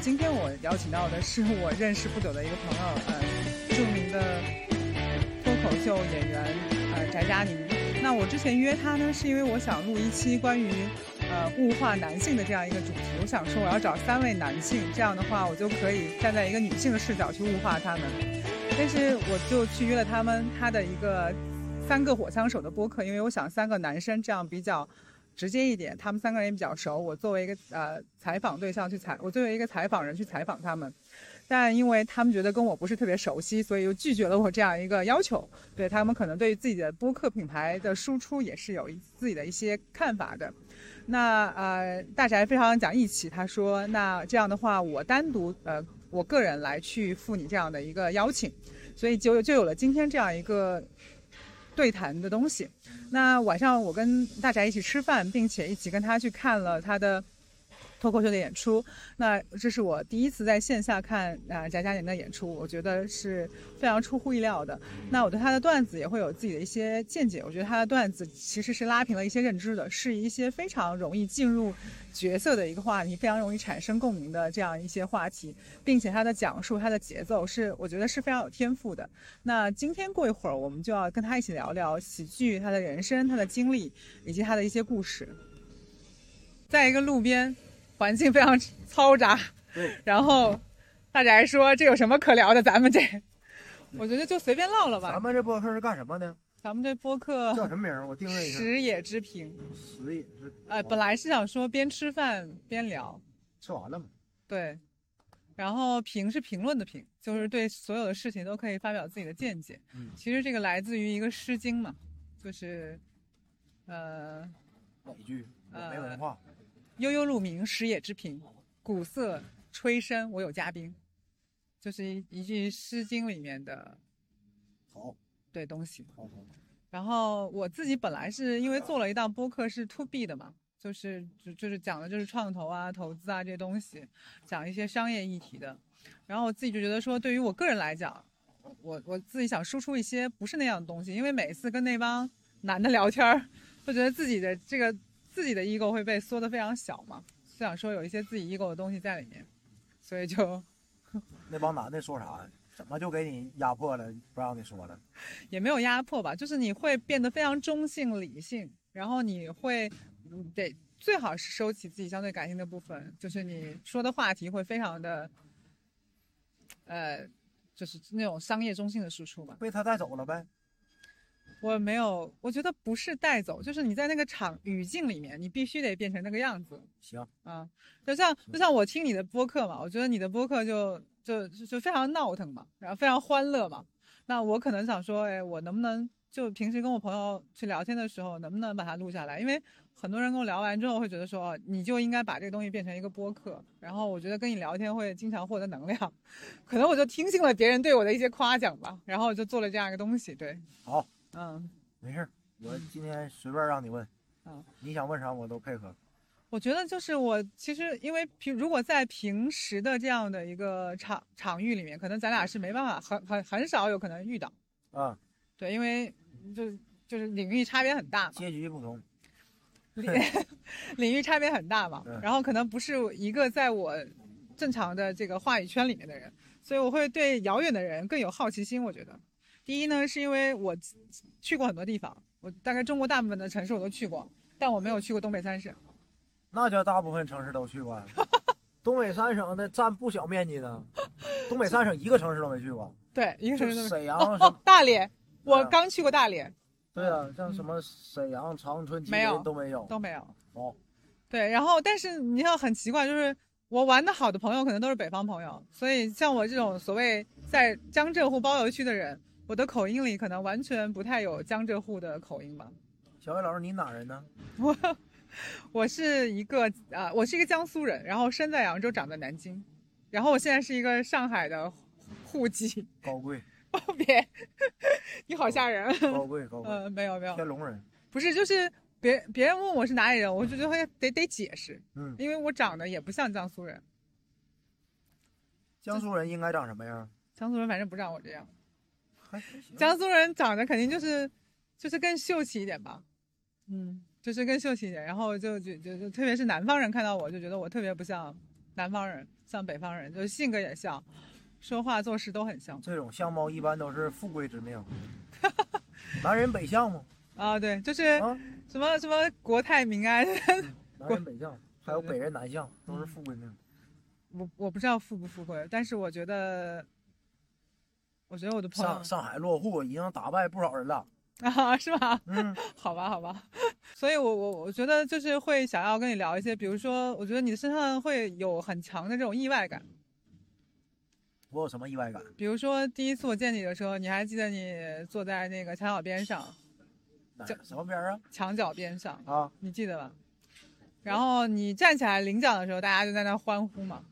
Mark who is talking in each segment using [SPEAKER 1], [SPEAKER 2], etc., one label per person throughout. [SPEAKER 1] 今天我邀请到的是我认识不久的一个朋友，呃，著名的脱口秀演员，呃，翟佳宁。那我之前约他呢，是因为我想录一期关于呃物化男性的这样一个主题。我想说我要找三位男性，这样的话我就可以站在一个女性的视角去物化他们。但是我就去约了他们他的一个三个火枪手的播客，因为我想三个男生这样比较。直接一点，他们三个人也比较熟。我作为一个呃采访对象去采，我作为一个采访人去采访他们，但因为他们觉得跟我不是特别熟悉，所以又拒绝了我这样一个要求。对他们可能对于自己的播客品牌的输出也是有自己的一些看法的。那呃，大宅非常讲义气，他说：“那这样的话，我单独呃，我个人来去赴你这样的一个邀请，所以就就有了今天这样一个。”对谈的东西。那晚上我跟大宅一起吃饭，并且一起跟他去看了他的脱口秀的演出。那这是我第一次在线下看啊翟佳宁的演出，我觉得是非常出乎意料的。那我对他的段子也会有自己的一些见解。我觉得他的段子其实是拉平了一些认知的，是一些非常容易进入角色的一个话题，非常容易产生共鸣的这样一些话题，并且他的讲述、他的节奏是我觉得是非常有天赋的。那今天过一会儿，我们就要跟他一起聊聊喜剧、他的人生、他的经历以及他的一些故事。在一个路边，环境非常嘈杂，
[SPEAKER 2] 对，
[SPEAKER 1] 然后大宅说：“这有什么可聊的？咱们这，我觉得就随便唠了吧
[SPEAKER 2] 咱。们这播客是干什么的？
[SPEAKER 1] 咱们这播客
[SPEAKER 2] 叫什么名儿？我定位一下。
[SPEAKER 1] 食野之平，
[SPEAKER 2] 十也是，
[SPEAKER 1] 呃，本来是想说边吃饭边聊，
[SPEAKER 2] 吃完了吗？
[SPEAKER 1] 对，然后评是评论的评，就是对所有的事情都可以发表自己的见解。
[SPEAKER 2] 嗯
[SPEAKER 1] 其实这个来自于一个《诗经》嘛，就是，呃，
[SPEAKER 2] 哪一句？我没文化。
[SPEAKER 1] 悠悠鹿鸣，食野之苹，鼓瑟吹笙，我有嘉宾，就是一一句《诗经》里面的
[SPEAKER 2] 好，
[SPEAKER 1] 对东西。
[SPEAKER 2] 好，好。
[SPEAKER 1] 然后我自己本来是因为做了一档播客是 to B 的嘛，就是就就是讲的就是创投啊、投资啊这些东西，讲一些商业议题的。然后我自己就觉得说，对于我个人来讲，我我自己想输出一些不是那样的东西，因为每次跟那帮男的聊天儿，就觉得自己的这个自己的 ego 会被缩得非常小嘛，就想说有一些自己 ego 的东西在里面，所以就
[SPEAKER 2] 那帮男的说啥呀？怎么就给你压迫了，不让你说了？
[SPEAKER 1] 也没有压迫吧，就是你会变得非常中性理性，然后你会嗯得最好是收起自己相对感性的部分，就是你说的话题会非常的，呃，就是那种商业中性的输出吧。
[SPEAKER 2] 被他带走了呗？
[SPEAKER 1] 我没有，我觉得不是带走，就是你在那个场语境里面，你必须得变成那个样子。
[SPEAKER 2] 行，
[SPEAKER 1] 啊，就像就像我听你的播客嘛，我觉得你的播客就就就就非常闹腾嘛，然后非常欢乐嘛。那我可能想说，哎，我能不能就平时跟我朋友去聊天的时候，能不能把它录下来？因为很多人跟我聊完之后会觉得说，哦，你就应该把这个东西变成一个播客。然后我觉得跟你聊天会经常获得能量，可能我就听信了别人对我的一些夸奖吧，然后我就做了这样一个东西。对，
[SPEAKER 2] 好，
[SPEAKER 1] 嗯。
[SPEAKER 2] 没事儿，我今天随便让你问
[SPEAKER 1] 嗯。
[SPEAKER 2] 你想问啥我都配合。
[SPEAKER 1] 我觉得就是我其实因为平如果在平时的这样的一个场场域里面，可能咱俩是没办法很很很少有可能遇到，
[SPEAKER 2] 啊，
[SPEAKER 1] 对，因为就就是领域差别很大嘛，
[SPEAKER 2] 结局不同。
[SPEAKER 1] 领领域差别很大嘛
[SPEAKER 2] 嗯，
[SPEAKER 1] 然后可能不是一个在我正常的这个话语圈里面的人，所以我会对遥远的人更有好奇心。我觉得，第一呢，是因为我去过很多地方，我大概中国大部分的城市我都去过，但我没有去过东北三省。
[SPEAKER 2] 那叫大部分城市都去过呀。东北三省的占不小面积呢，东北三省一个城市都没 去过，
[SPEAKER 1] 对，一个
[SPEAKER 2] 就
[SPEAKER 1] 城市都没
[SPEAKER 2] 沈阳
[SPEAKER 1] 哦
[SPEAKER 2] 什么
[SPEAKER 1] 哦，大连，我
[SPEAKER 2] 嗯
[SPEAKER 1] 刚去过大连，
[SPEAKER 2] 对啊，像什么沈阳、长春、
[SPEAKER 1] 嗯
[SPEAKER 2] 吉
[SPEAKER 1] 没有
[SPEAKER 2] 林都没有。
[SPEAKER 1] 都没有。
[SPEAKER 2] 哦，
[SPEAKER 1] 对，然后但是你要很奇怪，就是我玩的好的朋友可能都是北方朋友，所以像我这种所谓在江浙沪包邮区的人，我的口音里可能完全不太有江浙沪的口音吧。
[SPEAKER 2] 小魏老师，你哪人呢？
[SPEAKER 1] 我我是一个啊、我是一个江苏人，然后生在扬州，长在南京，然后我现在是一个上海的户籍。
[SPEAKER 2] 高贵，
[SPEAKER 1] 别，你好吓人。
[SPEAKER 2] 高贵，高贵，
[SPEAKER 1] 呃，没有没有，
[SPEAKER 2] 天龙人。
[SPEAKER 1] 不是，就是别别人问我是哪里人，我就觉得得得解释，
[SPEAKER 2] 嗯，
[SPEAKER 1] 因为我长得也不像江苏人，
[SPEAKER 2] 江苏人应该长什么样？
[SPEAKER 1] 江苏人反正不长我这样，
[SPEAKER 2] 还行
[SPEAKER 1] 江苏人长得肯定就是就是更秀气一点吧，嗯，就是更秀气一点，然后就就就就特别是南方人看到我就觉得我特别不像南方人像北方人，就是性格也像，说话做事都很像
[SPEAKER 2] 这种相貌一般都是富贵之命， 南人北向嘛，
[SPEAKER 1] 啊。对，就是
[SPEAKER 2] 啊
[SPEAKER 1] 什么什么国泰民安，
[SPEAKER 2] 南人北向，还有北人南向，都是富贵命。
[SPEAKER 1] 嗯我我不知道富不富贵，但是我觉得，我觉得我的朋友
[SPEAKER 2] 上上海落户已经打败不少人了，
[SPEAKER 1] 啊，是吧？
[SPEAKER 2] 嗯，
[SPEAKER 1] 好吧，好吧， 所以我我我觉得就是会想要跟你聊一些，比如说，我觉得你身上会有很强的这种意外感。
[SPEAKER 2] 我有什么意外感？
[SPEAKER 1] 比如说第一次我见你的时候，你还记得你坐在那个墙角边上，
[SPEAKER 2] 哪
[SPEAKER 1] 这
[SPEAKER 2] 什么边儿啊？
[SPEAKER 1] 墙角边上，
[SPEAKER 2] 啊，
[SPEAKER 1] 你记得吧？然后你站起来领奖的时候，大家就在那欢呼嘛。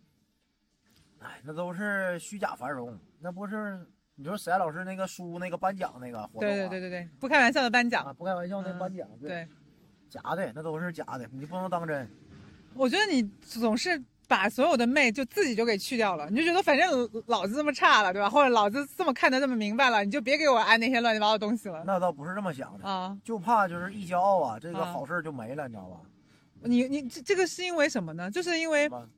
[SPEAKER 2] 哎，那都是虚假繁荣，那不是你说史岩老师那个书那个颁奖那个活动、啊？
[SPEAKER 1] 对对对对对，不开玩笑的颁奖。
[SPEAKER 2] 啊，不开玩笑，那
[SPEAKER 1] 嗯
[SPEAKER 2] 颁奖、
[SPEAKER 1] 对，
[SPEAKER 2] 假的，那都是假的，你不能当真。
[SPEAKER 1] 我觉得你总是把所有的媚就自己就给去掉了，你就觉得反正老子这么差了，对吧？或者老子这么看得这么明白了，你就别给我安那些乱七八糟的东西了
[SPEAKER 2] 那倒不是这么想的，
[SPEAKER 1] 啊！
[SPEAKER 2] 就怕就是一骄傲啊，这个
[SPEAKER 1] 啊
[SPEAKER 2] 好事儿就没了，你知道吧？
[SPEAKER 1] 你你这这个是因为什么呢？就是因为
[SPEAKER 2] 是吧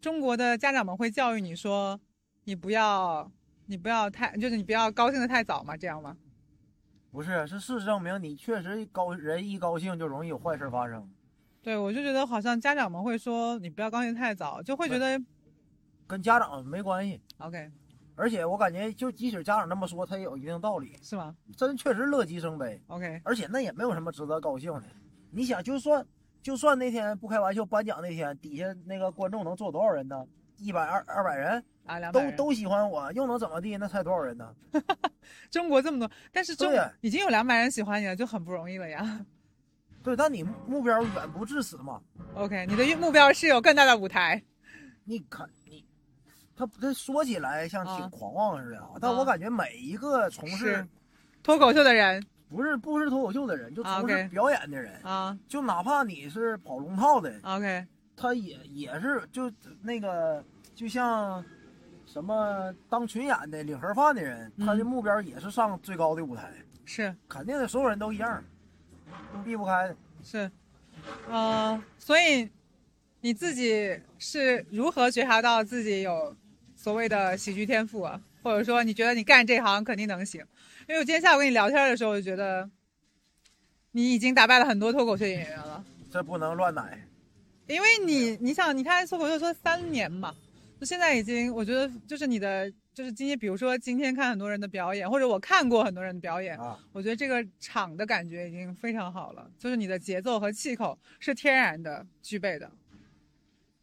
[SPEAKER 1] 中国的家长们会教育你说，你不要你不要太就是你不要高兴的太早嘛，这样吗？
[SPEAKER 2] 不是，是事实证明，你确实高人一高兴就容易有坏事发生。
[SPEAKER 1] 对，我就觉得好像家长们会说你不要高兴太早，就会觉得
[SPEAKER 2] 跟家长没关系。
[SPEAKER 1] OK
[SPEAKER 2] 而且我感觉，就即使家长那么说，他也有一定道理，
[SPEAKER 1] 是吗
[SPEAKER 2] 真确实乐极生悲。
[SPEAKER 1] ？OK
[SPEAKER 2] 而且那也没有什么值得高兴的。你想，就算就算那天不开玩笑颁奖那天，底下那个观众能坐多少人呢？一百二二百人
[SPEAKER 1] 啊，两百
[SPEAKER 2] 都
[SPEAKER 1] 人
[SPEAKER 2] 都喜欢我，又能怎么地？那才多少人呢？
[SPEAKER 1] 中国这么多，但是中
[SPEAKER 2] 对啊
[SPEAKER 1] 已经有两百人喜欢你了，就很不容易了呀。
[SPEAKER 2] 对，但你目标远不至此嘛。
[SPEAKER 1] OK，你的目标是有更大的舞台。
[SPEAKER 2] 你看你，他他说起来像
[SPEAKER 1] 啊
[SPEAKER 2] 挺狂妄似的啊，但
[SPEAKER 1] 啊
[SPEAKER 2] 我感觉每一个从事
[SPEAKER 1] 是脱口秀的人
[SPEAKER 2] 不是不是脱口秀的人，就
[SPEAKER 1] 啊
[SPEAKER 2] 从事
[SPEAKER 1] ，OK
[SPEAKER 2] 表演的人，
[SPEAKER 1] 啊
[SPEAKER 2] 就哪怕你是跑龙套的，
[SPEAKER 1] ，OK，
[SPEAKER 2] 他也也是就那个，就像什么当群演的领盒饭的人，
[SPEAKER 1] 嗯
[SPEAKER 2] 他的目标也是上最高的舞台，
[SPEAKER 1] 是
[SPEAKER 2] 肯定的，所有人都一样，
[SPEAKER 1] 嗯
[SPEAKER 2] 避不开的。
[SPEAKER 1] 是，呃，所以你自己是如何觉察到自己有所谓的喜剧天赋啊？或者说你觉得你干这行肯定能行？因为我今天下午跟你聊天的时候，我就觉得你已经打败了很多脱口秀演员了。
[SPEAKER 2] 这不能乱来，
[SPEAKER 1] 因为你，你想，你看脱口秀说三年嘛，就现在已经，我觉得就是你的，就是今天，比如说今天看很多人的表演，或者我看过很多人的表演，
[SPEAKER 2] 啊
[SPEAKER 1] 我觉得这个场的感觉已经非常好了，就是你的节奏和气口是天然的具备的。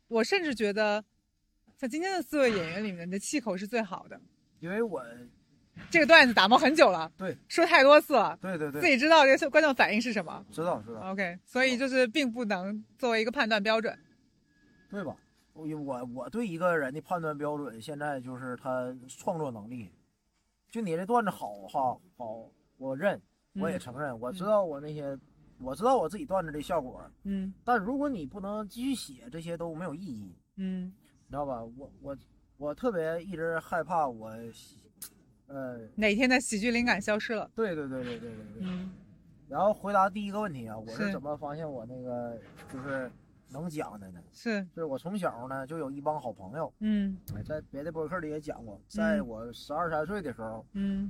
[SPEAKER 1] 我甚至觉得，在今天的四位演员里面，你的气口是最好的。
[SPEAKER 2] 因为我
[SPEAKER 1] 这个段子打磨很久了，
[SPEAKER 2] 对，
[SPEAKER 1] 说太多次了，
[SPEAKER 2] 对对
[SPEAKER 1] 自
[SPEAKER 2] 对，
[SPEAKER 1] 己知道这个观众反应是什么。
[SPEAKER 2] 知道知道，
[SPEAKER 1] OK，所以就是并不能作为一个判断标准。
[SPEAKER 2] 对吧？我我我对一个人的判断标准，现在就是他创作能力。就你这段子好哈好，我认，我也
[SPEAKER 1] 嗯
[SPEAKER 2] 承认，我知道我那些，我知道我自己段子的效果，
[SPEAKER 1] 嗯
[SPEAKER 2] 但如果你不能继续写，这些都没有意义，
[SPEAKER 1] 嗯
[SPEAKER 2] 你知道吧？我我我特别一直害怕我，呃，
[SPEAKER 1] 哪天的喜剧灵感消失了。
[SPEAKER 2] 对对对对对对对。
[SPEAKER 1] 嗯
[SPEAKER 2] 然后回答第一个问题啊，我是
[SPEAKER 1] 是
[SPEAKER 2] 怎么发现我那个就是能讲的呢？，
[SPEAKER 1] 是，
[SPEAKER 2] 就是我从小呢就有一帮好朋友，
[SPEAKER 1] 嗯
[SPEAKER 2] 哎在别的博客里也讲过，在我十二三岁的时候，
[SPEAKER 1] 嗯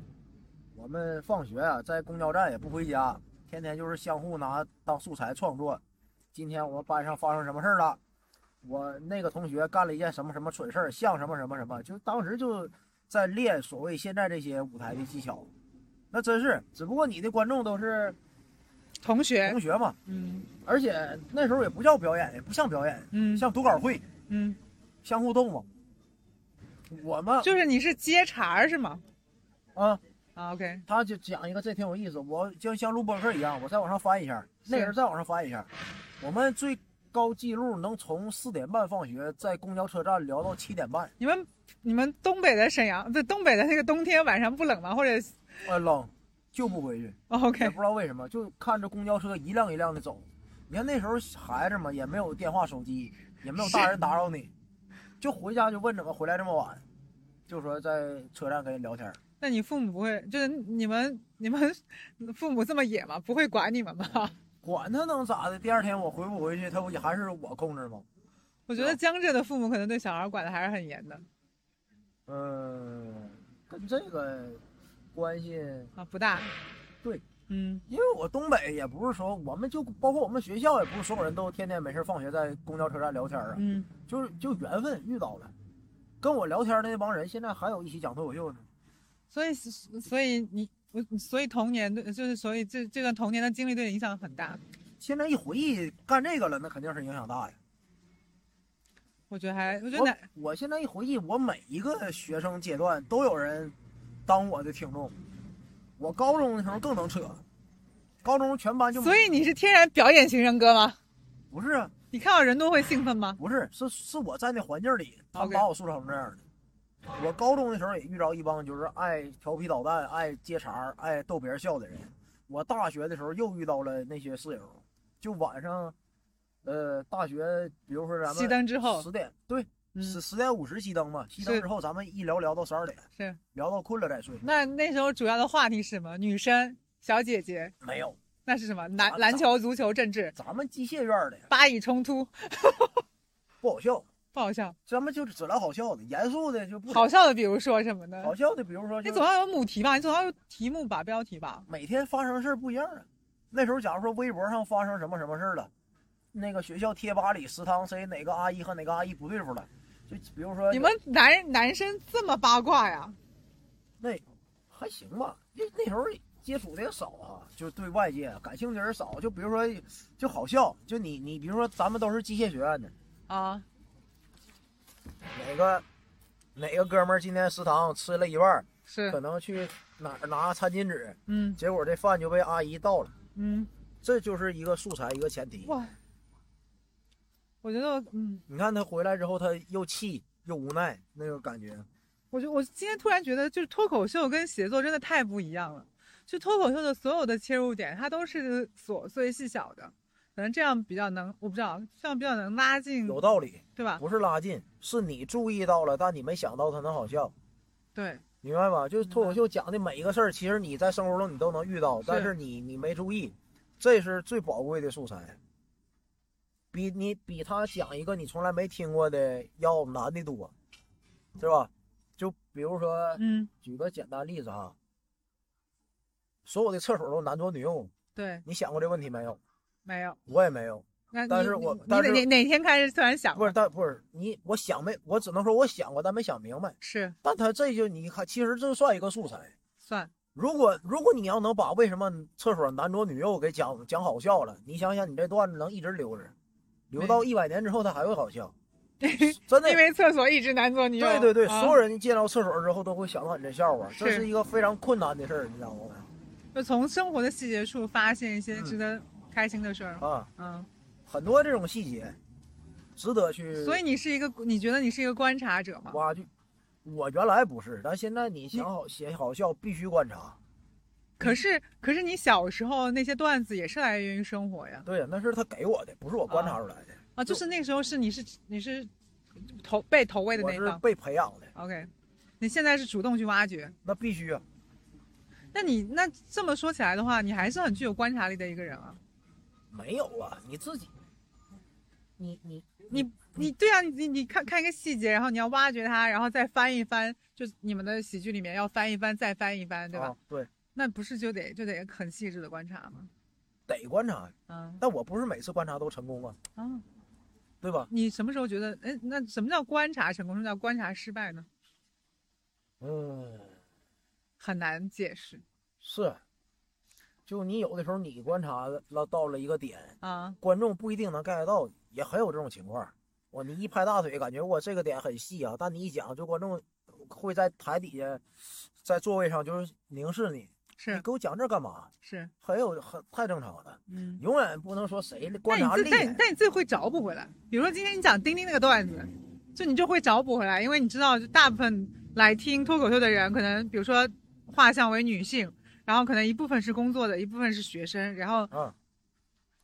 [SPEAKER 2] 我们放学啊，在公交站也不回家，天天就是相互拿当素材创作。今天我们班上发生什么事儿了？我那个同学干了一件什么什么蠢事儿，像什么什么什么，就当时就在练所谓现在这些舞台的技巧。那真是，只不过你的观众都是，
[SPEAKER 1] 同学，
[SPEAKER 2] 同学嘛，
[SPEAKER 1] 嗯
[SPEAKER 2] 而且那时候也不叫表演，也不像表演，
[SPEAKER 1] 嗯
[SPEAKER 2] 像读稿会，
[SPEAKER 1] 嗯，
[SPEAKER 2] 像互动嘛。我们
[SPEAKER 1] 就是你是接茬儿是吗？
[SPEAKER 2] 啊，
[SPEAKER 1] 啊，OK，
[SPEAKER 2] 他就讲一个，这挺有意思。我就像录播客一样，我再往上翻一下，那
[SPEAKER 1] 是
[SPEAKER 2] 人再往上翻一下。我们最高记录能从四点半放学，在公交车站聊到七点半。
[SPEAKER 1] 你们你们东北的沈阳，对，东北的那个冬天晚上不冷吗？或者
[SPEAKER 2] 呃，冷，就不回去，
[SPEAKER 1] 哦
[SPEAKER 2] 也
[SPEAKER 1] ，OK，
[SPEAKER 2] 不知道为什么，就看着公交车一辆一辆的走。你看那时候孩子嘛，也没有电话、手机，也没有大人打扰你，就回家就问怎么回来这么晚，就说在车站跟人聊天。
[SPEAKER 1] 那你父母不会，就是你们你们父母这么野吗？不会管你们吗？
[SPEAKER 2] 管他能咋的？第二天我回不回去，他不也还是我控制吗？
[SPEAKER 1] 我觉得江浙的父母可能对小孩管的还是很严的
[SPEAKER 2] 嗯，跟这个关系，
[SPEAKER 1] 啊，不大。
[SPEAKER 2] 对，
[SPEAKER 1] 嗯
[SPEAKER 2] 因为我东北也不是说，我们就包括我们学校，也不是所有人都天天没事放学在公交车站聊天啊，
[SPEAKER 1] 嗯，
[SPEAKER 2] 就是就缘分遇到了。跟我聊天的那帮人，现在还有一起讲脱口秀呢。
[SPEAKER 1] 所以所以你我所以童年对就是所以这这段童年的经历对你影响很大，
[SPEAKER 2] 现在一回忆干这个了，那肯定是影响大呀。
[SPEAKER 1] 我觉得还我觉得
[SPEAKER 2] 我
[SPEAKER 1] 哪
[SPEAKER 2] 我现在一回忆，我每一个学生阶段都有人当我的听众。我高中的时候更能扯，高中全班就没
[SPEAKER 1] 所以你是天然表演型人格吗？
[SPEAKER 2] 不是啊，
[SPEAKER 1] 你看到人多会兴奋吗？
[SPEAKER 2] 不是，是是我在那环境里，他们
[SPEAKER 1] OK
[SPEAKER 2] 把我塑造成这样的。我高中的时候也遇着一帮就是爱调皮捣蛋、爱接茬儿、爱逗别人笑的人。我大学的时候又遇到了那些室友，就晚上，呃，大学比如说咱们
[SPEAKER 1] 熄灯之后，
[SPEAKER 2] 十点，对，
[SPEAKER 1] 嗯，
[SPEAKER 2] 十十点五十熄灯嘛，熄灯
[SPEAKER 1] 是
[SPEAKER 2] 之后咱们一聊聊到十二点，
[SPEAKER 1] 是。
[SPEAKER 2] 聊到困了再睡。
[SPEAKER 1] 那那时候主要的话题是什么？女生、小姐姐，
[SPEAKER 2] 没有，
[SPEAKER 1] 那是什么？篮
[SPEAKER 2] 咋
[SPEAKER 1] 篮球、足球、政治、
[SPEAKER 2] 咱们机械院儿的
[SPEAKER 1] 巴以冲突，
[SPEAKER 2] 不好笑，
[SPEAKER 1] 不好笑。
[SPEAKER 2] 咱们就是只聊好笑的，严肃的就不
[SPEAKER 1] 好笑的，比如说什么呢？
[SPEAKER 2] 好笑的，比如说
[SPEAKER 1] 你
[SPEAKER 2] 就
[SPEAKER 1] 总要有母题吧？你总要有题目吧、标题吧？
[SPEAKER 2] 每天发生事儿不一样啊。那时候假如说微博上发生什么什么事儿了，那个学校贴吧里食堂谁哪个阿姨和哪个阿姨不对付了，就比如说
[SPEAKER 1] 你们男男生这么八卦呀？
[SPEAKER 2] 那还行吧，因为那时候接触的也少啊，就是对外界感兴趣的人少。就比如说就好笑，就你你比如说咱们都是机械学院的，
[SPEAKER 1] 啊，
[SPEAKER 2] 哪个哪个哥们儿今天食堂吃了一半儿，
[SPEAKER 1] 是
[SPEAKER 2] 可，能去哪儿拿餐巾纸，
[SPEAKER 1] 嗯
[SPEAKER 2] 结果这饭就被阿姨倒了。
[SPEAKER 1] 嗯，
[SPEAKER 2] 这就是一个素材，一个前提。
[SPEAKER 1] 哇，我觉得我，嗯，
[SPEAKER 2] 你看他回来之后，他又气又无奈，那个感觉。
[SPEAKER 1] 我觉得我今天突然觉得，就是脱口秀跟写作真的太不一样了。就脱口秀的所有的切入点，它都是琐碎细小的，可能这样比较能，我不知道，这样比较能拉近，
[SPEAKER 2] 有道理，
[SPEAKER 1] 对吧？
[SPEAKER 2] 不是拉近，是你注意到了，但你没想到他能好笑，
[SPEAKER 1] 对，
[SPEAKER 2] 明白吧？就是脱口秀讲的每一个事儿，其实你在生活中你都能遇到，但是你你没注意，这是最宝贵的素材。比你比他讲一个你从来没听过的要难的多，是吧？就比如说，
[SPEAKER 1] 嗯，
[SPEAKER 2] 举个简单例子啊，所有的厕所都男左女右，
[SPEAKER 1] 对，
[SPEAKER 2] 你想过这问题没有？
[SPEAKER 1] 没有。
[SPEAKER 2] 我也没有，
[SPEAKER 1] 那
[SPEAKER 2] 但
[SPEAKER 1] 你
[SPEAKER 2] 是
[SPEAKER 1] 你
[SPEAKER 2] 我
[SPEAKER 1] 你
[SPEAKER 2] 但
[SPEAKER 1] 哪
[SPEAKER 2] 是
[SPEAKER 1] 哪哪天开始突然想
[SPEAKER 2] 不是，但不是你，我想没，我只能说我想过，但没想明白。
[SPEAKER 1] 是
[SPEAKER 2] 但他这就你看，其实这算一个素材。
[SPEAKER 1] 算
[SPEAKER 2] 如果如果你要能把为什么厕所男左女右给讲讲好笑了，你想想你这段子能一直留着，留到一百年之后它还会 好笑，真的
[SPEAKER 1] 因。为厕所一直男左女右。
[SPEAKER 2] 对对对，
[SPEAKER 1] 啊
[SPEAKER 2] 所有人见到厕所之后都会想到你这笑话，这
[SPEAKER 1] 是
[SPEAKER 2] 是一个非常困难的事儿，你知道吗？
[SPEAKER 1] 就从生活的细节处发现一些
[SPEAKER 2] 嗯
[SPEAKER 1] 值得开心的事儿。
[SPEAKER 2] 啊，
[SPEAKER 1] 嗯，
[SPEAKER 2] 很多这种细节，值得去
[SPEAKER 1] 所以你是一个，你觉得你是一个观察者吗？
[SPEAKER 2] 挖掘。我原来不是，但现在你想好写好笑，必须观察。
[SPEAKER 1] 可是可是你小时候那些段子也是来源于生活呀。
[SPEAKER 2] 对呀，那是他给我的，不是我观察出来的，
[SPEAKER 1] 啊，就是那时候是你是你是投被投喂的
[SPEAKER 2] 我
[SPEAKER 1] 那一
[SPEAKER 2] 是
[SPEAKER 1] 方。
[SPEAKER 2] 被培养的，
[SPEAKER 1] OK，你现在是主动去挖掘。
[SPEAKER 2] 那必须啊。
[SPEAKER 1] 那你那这么说起来的话，你还是很具有观察力的一个人啊。
[SPEAKER 2] 没有啊，你自己，你你
[SPEAKER 1] 你对啊，你你你看看一个细节，然后你要挖掘它，然后再翻一翻，就是你们的喜剧里面要翻一翻，再翻一翻，对吧？
[SPEAKER 2] 啊对，
[SPEAKER 1] 那不是就得就得很细致的观察吗？
[SPEAKER 2] 得观察，
[SPEAKER 1] 嗯
[SPEAKER 2] 但我不是每次观察都成功啊，
[SPEAKER 1] 啊，
[SPEAKER 2] 对吧？
[SPEAKER 1] 你什么时候觉得？哎，那什么叫观察成功？什么叫观察失败呢？
[SPEAKER 2] 嗯，
[SPEAKER 1] 很难解释
[SPEAKER 2] 是，啊就你有的时候你观察了到了一个点，
[SPEAKER 1] 啊。
[SPEAKER 2] 观众不一定能 get 到，也很有这种情况。我你一拍大腿，感觉我这个点很细啊，但你一讲，就观众会在台底下，在座位上就是凝视你，你
[SPEAKER 1] 是
[SPEAKER 2] 给我讲这干嘛？
[SPEAKER 1] 是，
[SPEAKER 2] 很有很太正常了，
[SPEAKER 1] 嗯。
[SPEAKER 2] 永远不能说谁的
[SPEAKER 1] 但
[SPEAKER 2] 观
[SPEAKER 1] 你
[SPEAKER 2] 察
[SPEAKER 1] 自
[SPEAKER 2] 力
[SPEAKER 1] 但你但你自己会找补回来。比如说今天你讲钉钉那个段子，就你就会找补回来，因为你知道，就大部分来听脱口秀的人，可能比如说画像为女性，然后可能一部分是工作的，一部分是学生，然后
[SPEAKER 2] 啊，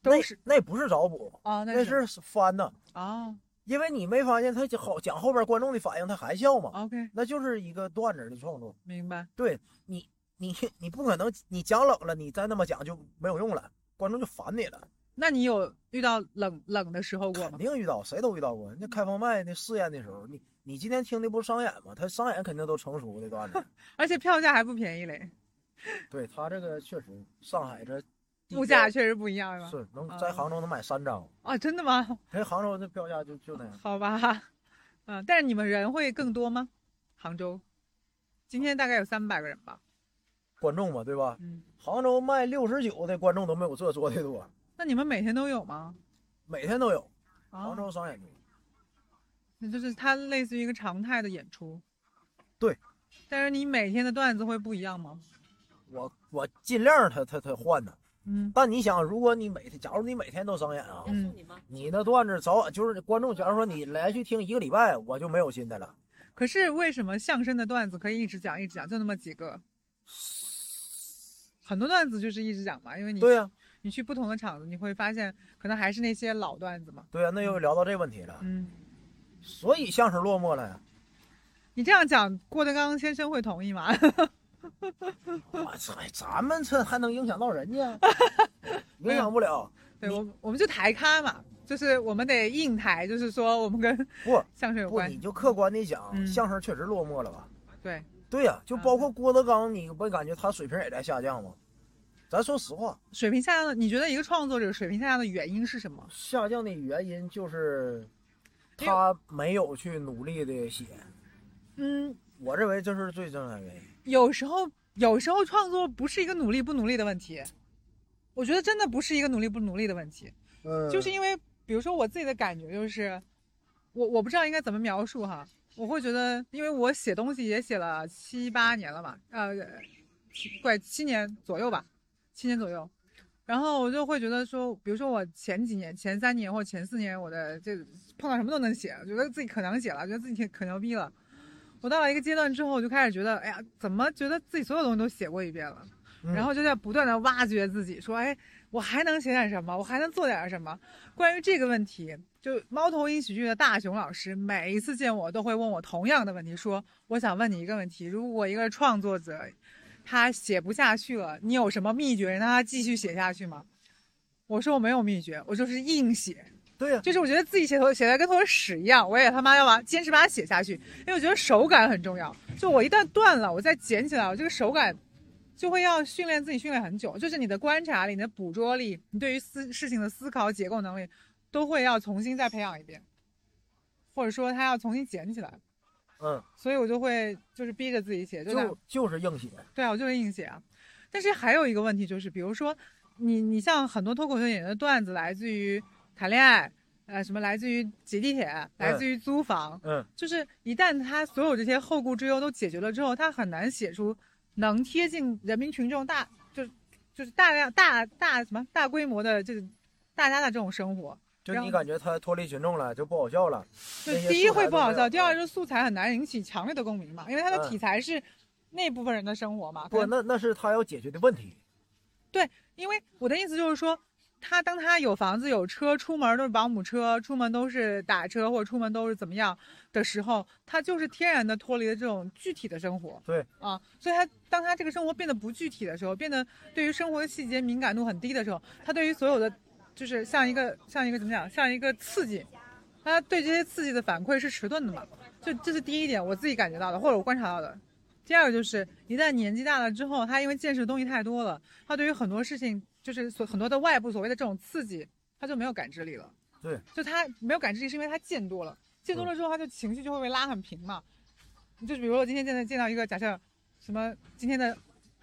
[SPEAKER 1] 都是
[SPEAKER 2] 那那不是找补，
[SPEAKER 1] 哦，
[SPEAKER 2] 那
[SPEAKER 1] 是
[SPEAKER 2] 是翻呢，
[SPEAKER 1] 哦
[SPEAKER 2] 因为你没发现他就好讲后边观众的反应，他还笑嘛，
[SPEAKER 1] ，OK，
[SPEAKER 2] 那就是一个段子的创作。
[SPEAKER 1] 明白。
[SPEAKER 2] 你你不可能，你讲冷了，你再那么讲就没有用了，观众就烦你了。
[SPEAKER 1] 那你有遇到冷冷的时候过
[SPEAKER 2] 肯
[SPEAKER 1] 吗？
[SPEAKER 2] 定遇到，谁都遇到过。那开放麦那试验的时候，你你今天听的不是商演吗？他商演肯定都成熟的 段子。
[SPEAKER 1] 而且票价还不便宜嘞，
[SPEAKER 2] 对他这个确实，上海这地
[SPEAKER 1] 物价确实不一样是吧？
[SPEAKER 2] 是能在杭州能买三张，
[SPEAKER 1] 啊，真的吗？
[SPEAKER 2] 人杭州这票价就就那样。
[SPEAKER 1] 好吧，嗯，但是你们人会更多吗？杭州今天大概有三百个人吧。
[SPEAKER 2] 观众嘛，对吧？
[SPEAKER 1] 嗯，
[SPEAKER 2] 杭州卖六十九的观众都没有这做的多，
[SPEAKER 1] 那你们每天都有吗？
[SPEAKER 2] 每天都有。
[SPEAKER 1] 啊
[SPEAKER 2] 杭，州商演中，
[SPEAKER 1] 那就是它类似于一个常态的演出。
[SPEAKER 2] 对，
[SPEAKER 1] 但是你每天的段子会不一样吗？
[SPEAKER 2] 我我尽量他他他换的。
[SPEAKER 1] 嗯
[SPEAKER 2] 但你想，如果你每天，假如你每天都商演啊，
[SPEAKER 1] 嗯，
[SPEAKER 2] 你那段子早晚就是观众，假如说你连续听一个礼拜，我就没有新的了。
[SPEAKER 1] 可是为什么相声的段子可以一直讲一直讲，就那么几个？很多段子就是一直讲嘛，因为你
[SPEAKER 2] 对呀、啊
[SPEAKER 1] 你去不同的场子，你会发现可能还是那些老段子嘛。
[SPEAKER 2] 对呀、那又聊到这问题了。
[SPEAKER 1] 嗯，
[SPEAKER 2] 所以相声落寞了呀。
[SPEAKER 1] 你这样讲，郭德纲先生会同意吗？
[SPEAKER 2] 我操，咱们这还能影响到 人家？影响不了。
[SPEAKER 1] 对
[SPEAKER 2] 你
[SPEAKER 1] 我们，我们就抬咖嘛，就是我们得硬抬，就是说我们跟
[SPEAKER 2] 不
[SPEAKER 1] 相声有
[SPEAKER 2] 不，
[SPEAKER 1] 关
[SPEAKER 2] 你就客观的讲，
[SPEAKER 1] 嗯
[SPEAKER 2] 相声确实落寞了吧？
[SPEAKER 1] 对，
[SPEAKER 2] 对呀、就包括郭德纲，你不感觉他水平也在下降吗？咱说实话，
[SPEAKER 1] 水平下降的。你觉得一个创作者水平下降的原因是什么？
[SPEAKER 2] 下降的原因就是
[SPEAKER 1] 因为
[SPEAKER 2] 他没有去努力的写，
[SPEAKER 1] 嗯，
[SPEAKER 2] 我认为这是最正常的原因。
[SPEAKER 1] 有时候有时候创作不是一个努力不努力的问题，我觉得真的不是一个努力不努力的问题。
[SPEAKER 2] 嗯
[SPEAKER 1] 就是因为，比如说我自己的感觉就是，我我不知道应该怎么描述哈，我会觉得，因为我写东西也写了七八年了嘛，呃，七快七年左右吧，七年左右，然后我就会觉得说，比如说我前几年、前三年或前四年，我的这碰到什么都能写，觉得自己可能写了，觉得自己挺可牛逼了。我到了一个阶段之后，我就开始觉得，哎呀，怎么觉得自己所有东西都写过一遍了？
[SPEAKER 2] 嗯
[SPEAKER 1] 然后就在不断的挖掘自己，说，哎，我还能写点什么？我还能做点什么？关于这个问题，就猫头鹰喜剧的大熊老师，每一次见我都会问我同样的问题，说，我想问你一个问题：如果一个创作者，他写不下去了，你有什么秘诀让他继续写下去吗？我说我没有秘诀，我就是硬写，
[SPEAKER 2] 对呀、
[SPEAKER 1] 就是我觉得自己写头写的跟坨屎一样，我也他妈要把坚持把它写下去，因为我觉得手感很重要。就我一旦断了，我再捡起来，我这个手感就会要训练自己训练很久，就是你的观察力、你的捕捉力、你对于思事情的思考结构能力，都会要重新再培养一遍，或者说他要重新捡起来。
[SPEAKER 2] 嗯，
[SPEAKER 1] 所以我就会就是逼着自己写，就哪
[SPEAKER 2] 就就是硬写。
[SPEAKER 1] 对啊，我就是硬写啊。但是还有一个问题就是，比如说你你像很多脱口秀演员的段子来自于谈恋爱，呃，什么来自于挤地铁，来自于租房，
[SPEAKER 2] 嗯，
[SPEAKER 1] 就是一旦他所有这些后顾之忧都解决了之后，他很难写出能贴近人民群众大就是就是大量大大什么大规模的这个大家的这种生活。
[SPEAKER 2] 就
[SPEAKER 1] 然后
[SPEAKER 2] 你感觉他脱离群众了，就不好笑了。
[SPEAKER 1] 就
[SPEAKER 2] 那些
[SPEAKER 1] 第一
[SPEAKER 2] 素材
[SPEAKER 1] 会
[SPEAKER 2] 都
[SPEAKER 1] 不好
[SPEAKER 2] 没
[SPEAKER 1] 笑，
[SPEAKER 2] 有
[SPEAKER 1] 第二
[SPEAKER 2] 嗯
[SPEAKER 1] 就是素材很难引起强烈的共鸣嘛，因为它的
[SPEAKER 2] 嗯
[SPEAKER 1] 题材是那部分人的生活嘛，可
[SPEAKER 2] 不，
[SPEAKER 1] 能
[SPEAKER 2] 那那是他要解决的问题。
[SPEAKER 1] 因为我的意思就是说，他当他有房子、有车，出门都是保姆车，出门都是打车，或者出门都是怎么样的时候，他就是天然的脱离了这种具体的生活。
[SPEAKER 2] 对
[SPEAKER 1] 啊，所以他当他这个生活变得不具体的时候，变得对于生活的细节敏感度很低的时候，他对于所有的就是像一个像一个怎么讲，像一个刺激，他对这些刺激的反馈是迟钝的嘛。就这是第一点，我自己感觉到的，或者我观察到的。第二个就是，一旦年纪大了之后，他因为见识的东西太多了，他对于很多事情，就是所很多的外部所谓的这种刺激，他就没有感知力了。
[SPEAKER 2] 对，
[SPEAKER 1] 就他没有感知力，是因为他见多了，见多了之后，他就情绪就会被拉很平嘛。就是比如说我今天见到见到一个假设，什么今天的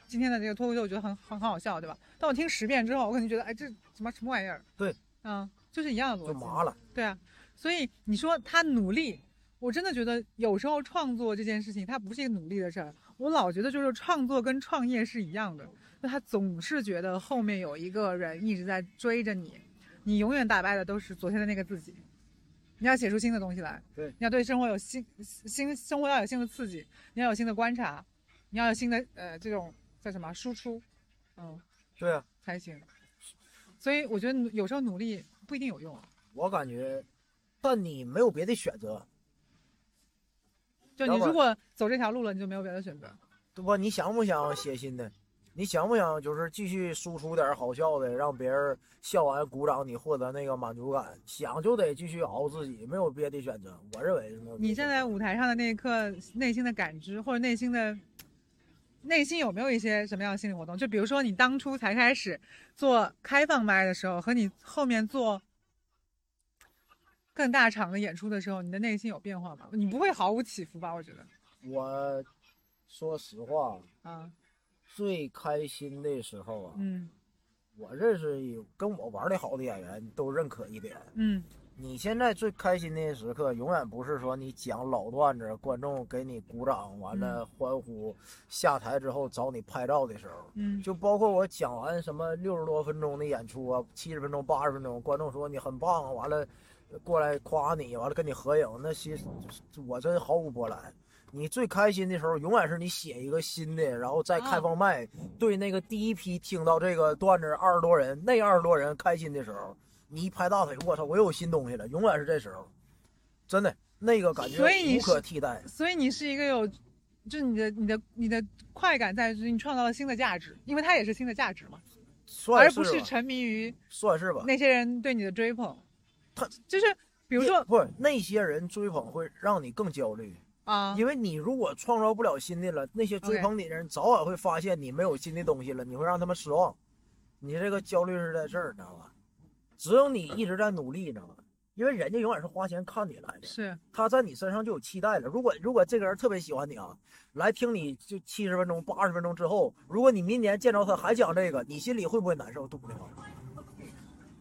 [SPEAKER 1] 今天的这个脱口秀，我觉得很很很好笑，对吧？但我听十遍之后，我可能觉得，哎，这什么什么玩意儿？
[SPEAKER 2] 对，
[SPEAKER 1] 嗯，就是一样的逻
[SPEAKER 2] 就
[SPEAKER 1] 辑。
[SPEAKER 2] 麻了。
[SPEAKER 1] 对啊，所以你说他努力，我真的觉得有时候创作这件事情，它不是一个努力的事儿。我老觉得就是创作跟创业是一样的，就他总是觉得后面有一个人一直在追着你，你永远打败的都是昨天的那个自己。你要写出新的东西来，
[SPEAKER 2] 对
[SPEAKER 1] 你要对生活有新新生活要有新的刺激，你要有新的观察，你要有新的呃这种叫什么输出，嗯
[SPEAKER 2] 对呀、
[SPEAKER 1] 才行。所以我觉得努有时候努力不一定有用。啊
[SPEAKER 2] 我感觉，但你没有别的选择，
[SPEAKER 1] 就你
[SPEAKER 2] 要不
[SPEAKER 1] 如果走这条路了，你就没有别的选择。
[SPEAKER 2] 对吧？你想不想写新的？你想不想就是继续输出点好笑的，让别人笑完鼓掌，你获得那个满足感？想就得继续熬自己，没有别的选择。我认为是没有别的选择。
[SPEAKER 1] 你站在舞台上的那一刻，内心的感知或者内心的内心有没有一些什么样的心理活动？就比如说你当初才开始做开放麦的时候，和你后面做更大场的演出的时候，你的内心有变化吗？你不会毫无起伏吧？我觉得
[SPEAKER 2] 我说实话，
[SPEAKER 1] 啊，
[SPEAKER 2] 最开心的时候啊，
[SPEAKER 1] 嗯
[SPEAKER 2] 我认识有跟我玩的好的演员都认可一点，
[SPEAKER 1] 嗯
[SPEAKER 2] 你现在最开心的时刻，永远不是说你讲老段子，观众给你鼓掌，完
[SPEAKER 1] 嗯
[SPEAKER 2] 了欢呼，下台之后找你拍照的时候。
[SPEAKER 1] 嗯
[SPEAKER 2] 就包括我讲完什么六十多分钟的演出啊，七十分钟、八十分钟，观众说你很棒，啊完了过来夸你，完了跟你合影，那些我真毫无波澜。你最开心的时候，永远是你写一个新的，然后再
[SPEAKER 1] 啊
[SPEAKER 2] 开放麦，对那个第一批听到这个段子二十多人，那二十多人开心的时候，你一拍大腿，我操，我又有新东西了，永远是这时候，真的那个感觉
[SPEAKER 1] 所以你
[SPEAKER 2] 无可
[SPEAKER 1] 是
[SPEAKER 2] 替代。
[SPEAKER 1] 所以你是一个有，就你的你的你的快感在于你创造了新的价值，因为它也是新的价值嘛，而
[SPEAKER 2] 算
[SPEAKER 1] 不是
[SPEAKER 2] 是吧，
[SPEAKER 1] 沉迷于
[SPEAKER 2] 算是吧。
[SPEAKER 1] 那些人对你的追捧。
[SPEAKER 2] 他
[SPEAKER 1] 就是比如说
[SPEAKER 2] 不是那些人追捧会让你更焦虑，
[SPEAKER 1] 啊，
[SPEAKER 2] 因为你如果创造不了新的了，那些追
[SPEAKER 1] OK
[SPEAKER 2] 捧你的人早晚会发现你没有新的东西了，你会让他们失望。你这个焦虑是在这儿，你知道吧？只有你一直在努力，你知道吧？因为人家永远是花钱看你来的，
[SPEAKER 1] 是
[SPEAKER 2] 他在你身上就有期待了。如果如果这个人特别喜欢你啊，来听你就七十分钟、八十分钟之后，如果你明年见着他还讲这个，你心里会不会难受？对不对？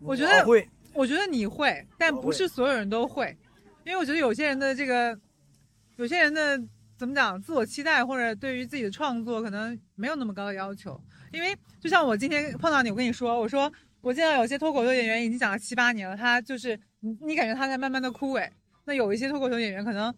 [SPEAKER 1] 我觉得
[SPEAKER 2] 会，
[SPEAKER 1] 我觉得你会，但
[SPEAKER 2] 我
[SPEAKER 1] 不是所有人都会，因为我觉得有些人的这个，有些人的怎么讲，自我期待或者对于自己的创作可能没有那么高的要求，因为就像我今天碰到你，我跟你说，我说我见到有些脱口秀演员已经讲了七八年了，他就是你你感觉他在慢慢的枯萎，那有一些脱口秀演员可能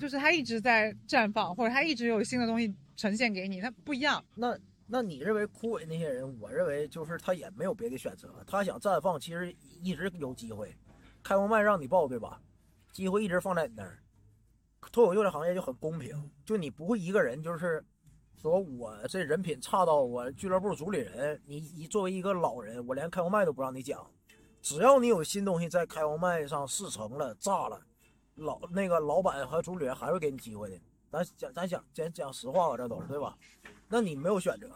[SPEAKER 1] 就是他一直在绽放，或者他一直有新的东西呈现给你，他不一样，
[SPEAKER 2] 那那你认为枯萎那些人，我认为就是他也没有别的选择，他想绽放，其实一直有机会，开放麦让你报对吧？机会一直放在你那儿。脱口秀这行业就很公平，就你不会一个人就是说我这人品差到我俱乐部主理人，你你作为一个老人，我连开放麦都不让你讲，只要你有新东西在开放麦上试成了炸了，老那个老板和主理人还会给你机会的。咱讲咱讲咱讲实话啊吧，这都是对吧？那你没有选择，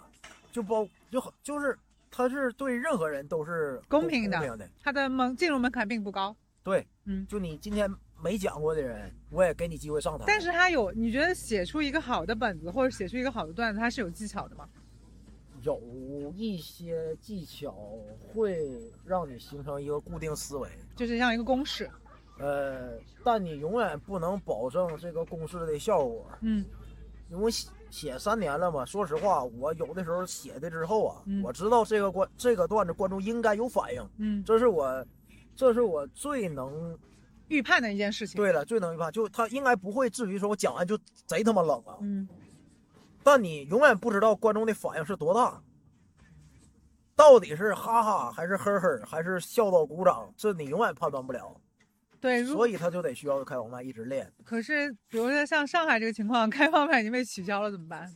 [SPEAKER 2] 就包就很就是他是对任何人都是
[SPEAKER 1] 公平的
[SPEAKER 2] 公平的。
[SPEAKER 1] 他的门进入门槛并不高。
[SPEAKER 2] 对，
[SPEAKER 1] 嗯
[SPEAKER 2] 就你今天没讲过的人，我也给你机会上台。
[SPEAKER 1] 但是他有，你觉得写出一个好的本子或者写出一个好的段子，它是有技巧的吗？
[SPEAKER 2] 有一些技巧会让你形成一个固定思维，
[SPEAKER 1] 就是像一个公式，
[SPEAKER 2] 呃，但你永远不能保证这个公式的效果。
[SPEAKER 1] 嗯
[SPEAKER 2] 因为我写写三年了嘛，说实话，我有的时候写的之后啊，
[SPEAKER 1] 嗯
[SPEAKER 2] 我知道这个观这个段子观众应该有反应，
[SPEAKER 1] 嗯，
[SPEAKER 2] 这是我，这是我最能
[SPEAKER 1] 预判的一件事情。，
[SPEAKER 2] 对了，最能一判，就他应该不会至于说我讲完就贼他妈冷啊，
[SPEAKER 1] 嗯，
[SPEAKER 2] 但你永远不知道观众的反应是多大，到底是哈哈还是呵呵还是笑到鼓掌，这你永远判断不了，
[SPEAKER 1] 对。哎如
[SPEAKER 2] 所以他就得需要开放麦一直练。
[SPEAKER 1] 可是，比如说像上海这个情况，开放麦已经被取消了，怎么办？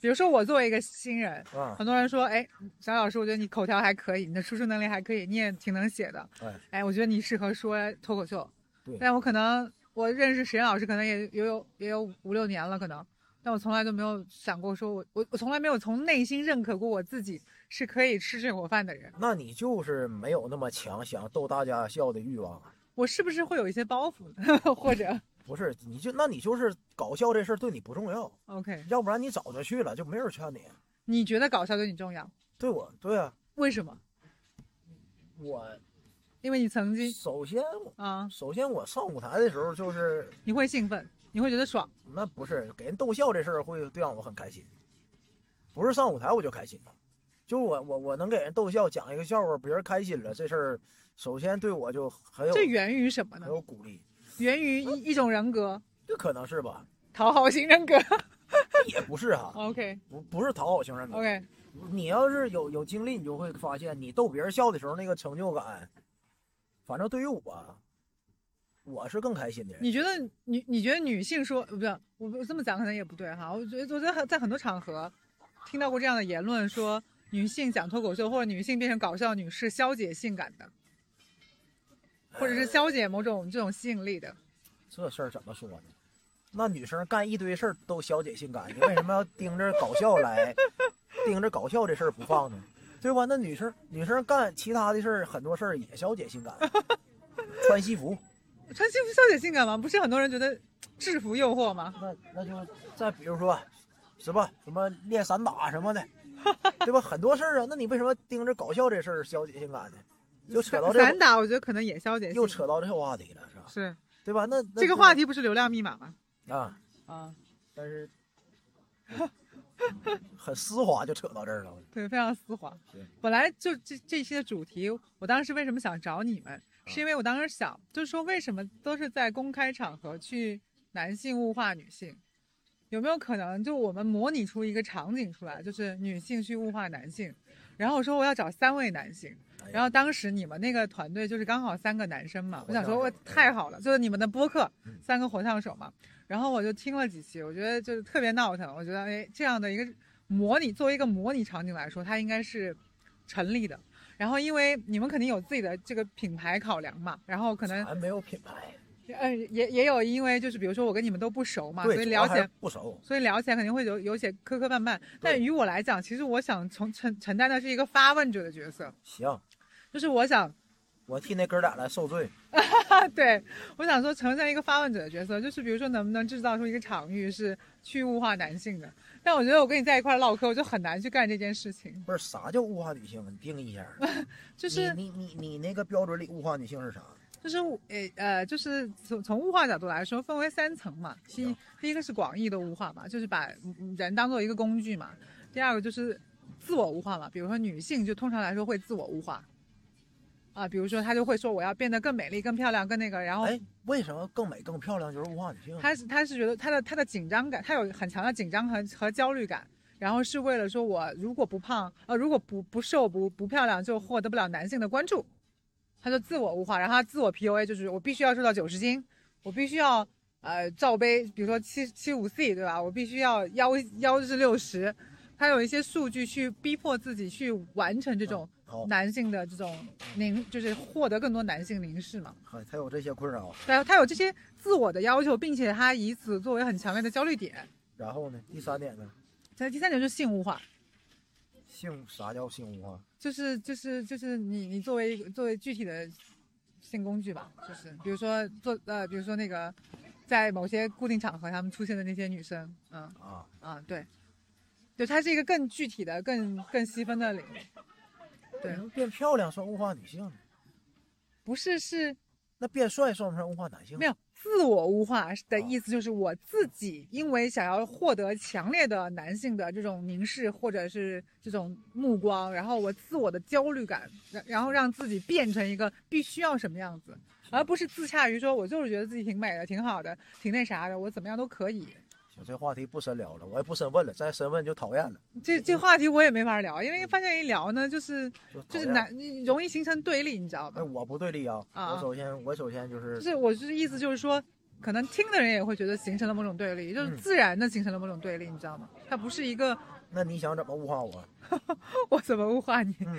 [SPEAKER 1] 比如说我作为一个新人，
[SPEAKER 2] 啊、
[SPEAKER 1] 很多人说，哎，小老师，我觉得你口条还可以，你的输出能力还可以，你也挺能写的，
[SPEAKER 2] 哎，
[SPEAKER 1] 哎，我觉得你适合说脱口秀
[SPEAKER 2] 对。
[SPEAKER 1] 但我可能我认识史岩老师，可能也也有也有五六年了，可能，但我从来都没有想过说我我我从来没有从内心认可过我自己是可以吃这口饭的人。
[SPEAKER 2] 那你就是没有那么强想逗大家笑的欲望。
[SPEAKER 1] 我是不是会有一些包袱， 或者
[SPEAKER 2] 不是，你就那你就是搞笑这事儿对你不重要，
[SPEAKER 1] OK？
[SPEAKER 2] 要不然你早就去了，就没人劝你。
[SPEAKER 1] 你觉得搞笑对你重要？
[SPEAKER 2] 对我，对啊，
[SPEAKER 1] 为什么？
[SPEAKER 2] 我
[SPEAKER 1] 因为你曾经
[SPEAKER 2] 首先
[SPEAKER 1] 啊、
[SPEAKER 2] 首先我上舞台的时候就是
[SPEAKER 1] 你会兴奋，你会觉得爽。
[SPEAKER 2] 那不是给人逗笑这事儿会对让我很开心，不是上舞台我就开心了，就我我我能给人逗笑，讲一个笑话，别人开心了，这事儿首先对我就很有
[SPEAKER 1] 这源于什么呢
[SPEAKER 2] 很？有鼓励，
[SPEAKER 1] 源于一一种人格，
[SPEAKER 2] 这可能是吧，
[SPEAKER 1] 讨好型人格。
[SPEAKER 2] 也不是哈，
[SPEAKER 1] OK
[SPEAKER 2] 不不是讨好型人格，
[SPEAKER 1] OK，
[SPEAKER 2] 你要是有有经历，你就会发现，你逗别人笑的时候那个成就感，反正对于我，我是更开心的人。
[SPEAKER 1] 你觉得女你觉得女性说呃不是我我这么讲可能也不对哈，我觉得我觉得很在很多场合，听到过这样的言论，说女性讲脱口秀或者女性变成搞笑女是消解性感的，或者是消解某种这种吸引力的。
[SPEAKER 2] 这事儿怎么说呢？那女生干一堆事儿都消解性感，你为什么要盯着搞笑来，盯着搞笑这事儿不放呢？对吧？那女生女生干其他的事儿，很多事儿也消解性感，穿西服。
[SPEAKER 1] 穿西服消解性感吗？不是很多人觉得制服诱惑吗？
[SPEAKER 2] 那那就再比如说，什么什么练散打什么的，对吧？很多事儿啊，那你为什么盯着搞笑这事儿消解性感呢？又扯到这
[SPEAKER 1] 散打，我觉得可能也消解性
[SPEAKER 2] 又扯到这话题了，是吧？
[SPEAKER 1] 是
[SPEAKER 2] 对吧？那那
[SPEAKER 1] 这个
[SPEAKER 2] 就
[SPEAKER 1] 话题不是流量密码吗？
[SPEAKER 2] 啊，
[SPEAKER 1] 啊，
[SPEAKER 2] 但是 很丝滑，就扯到这儿了。
[SPEAKER 1] 对，非常丝滑
[SPEAKER 2] 是。
[SPEAKER 1] 本来就这这些主题，我当时为什么想找你们，是因为我当时想，就是说为什么都是在公开场合去男性物化女性，有没有可能就我们模拟出一个场景出来，就是女性去物化男性？然后我说我要找三位男性，
[SPEAKER 2] 哎
[SPEAKER 1] 然后当时你们那个团队就是刚好三个男生嘛，我
[SPEAKER 2] 火
[SPEAKER 1] 想
[SPEAKER 2] 象
[SPEAKER 1] 说
[SPEAKER 2] 手
[SPEAKER 1] 我
[SPEAKER 2] 嗯
[SPEAKER 1] 太好了，就是你们的播客
[SPEAKER 2] 嗯
[SPEAKER 1] 三个火枪手嘛，然后我就听了几期，我觉得就是特别闹腾，我觉得哎这样的一个模拟作为一个模拟场景来说，它应该是成立的。然后因为你们肯定有自己的这个品牌考量嘛，然后可能
[SPEAKER 2] 还没有品牌，
[SPEAKER 1] 呃也也有因为就是比如说我跟你们都不熟嘛，所
[SPEAKER 2] 对，
[SPEAKER 1] 以
[SPEAKER 2] 主要
[SPEAKER 1] 了
[SPEAKER 2] 还
[SPEAKER 1] 解
[SPEAKER 2] 是不熟。
[SPEAKER 1] 所以聊起来肯定会有有些磕磕绊绊。但
[SPEAKER 2] 对
[SPEAKER 1] 于我来讲，其实我想从承承担的是一个发问者的角色，
[SPEAKER 2] 行，
[SPEAKER 1] 就是我想
[SPEAKER 2] 我替那哥俩来受罪。
[SPEAKER 1] 啊， 对我想说承担一个发问者的角色，就是比如说能不能制造出一个场域是去物化男性的。但我觉得我跟你在一块儿唠嗑，我就很难去干这件事情，
[SPEAKER 2] 不是啥叫物化女性？你定义一下。
[SPEAKER 1] 就是
[SPEAKER 2] 你你你你那个标准里物化女性是啥？
[SPEAKER 1] 就是呃呃，就是从从物化角度来说，分为三层嘛。第一
[SPEAKER 2] 行
[SPEAKER 1] 第一个是广义的物化嘛，就是把嗯人当做一个工具嘛。第二个就是自我物化嘛，比如说女性就通常来说会自我物化，啊，比如说她就会说我要变得更美丽、更漂亮、更那个，然后
[SPEAKER 2] 哎，为什么更美更漂亮就是物化女性？
[SPEAKER 1] 她是她是觉得她的她的紧张感，她有很强的紧张和和焦虑感。然后是为了说，我如果不胖，呃，如果不不瘦不不漂亮，就获得不了男性的关注，她就自我物化，然后她自我 PUA，就是我必须要瘦到九十斤，我必须要呃罩杯，比如说七七五 C 对吧？我必须要腰腰是六十，她有一些数据去逼迫自己去完成这种
[SPEAKER 2] 好，
[SPEAKER 1] 男性的这种凝，就是获得更多男性凝视嘛。
[SPEAKER 2] 哎她有这些困扰。
[SPEAKER 1] 对，他有这些自我的要求，并且他以此作为很强烈的焦虑点。
[SPEAKER 2] 然后呢，第三点呢，
[SPEAKER 1] 在第三点就是性物化，
[SPEAKER 2] 性啥叫性物化？
[SPEAKER 1] 就是就是就是你你作为一个作为具体的性工具吧，就是比如说做呃，比如说那个在某些固定场合他们出现的那些女生，嗯
[SPEAKER 2] 啊？
[SPEAKER 1] 啊对，对，它是一个更具体的、更更细分的领域，对
[SPEAKER 2] 为什么变漂亮算物化女性呢？
[SPEAKER 1] 不是是
[SPEAKER 2] 那变帅算不算物化男性？
[SPEAKER 1] 没有自我物化的意思，就是我自己因为想要获得强烈的男性的这种凝视或者是这种目光，然后我自我的焦虑感，然然后让自己变成一个必须要什么样子，而不是自洽于说我就是觉得自己挺美的、挺好的、挺那啥的，我怎么样都可以。
[SPEAKER 2] 行，这话题不深聊了，我也不深问了，再深问就讨厌了，
[SPEAKER 1] 这这话题我也没法聊，因为发现一聊呢，就是
[SPEAKER 2] 就讨
[SPEAKER 1] 就是
[SPEAKER 2] 厌了。
[SPEAKER 1] 难容易形成对立，你知道
[SPEAKER 2] 哎，
[SPEAKER 1] 吧？
[SPEAKER 2] 我不对立啊，
[SPEAKER 1] 啊
[SPEAKER 2] 我首先我首先就是
[SPEAKER 1] 就是我就是意思就是说，可能听的人也会觉得形成了某种对立，就是
[SPEAKER 2] 嗯
[SPEAKER 1] 自然的形成了某种对立，你知道吗？它不是一个
[SPEAKER 2] 那你想怎么物化我？
[SPEAKER 1] 我怎么物化你，
[SPEAKER 2] 嗯，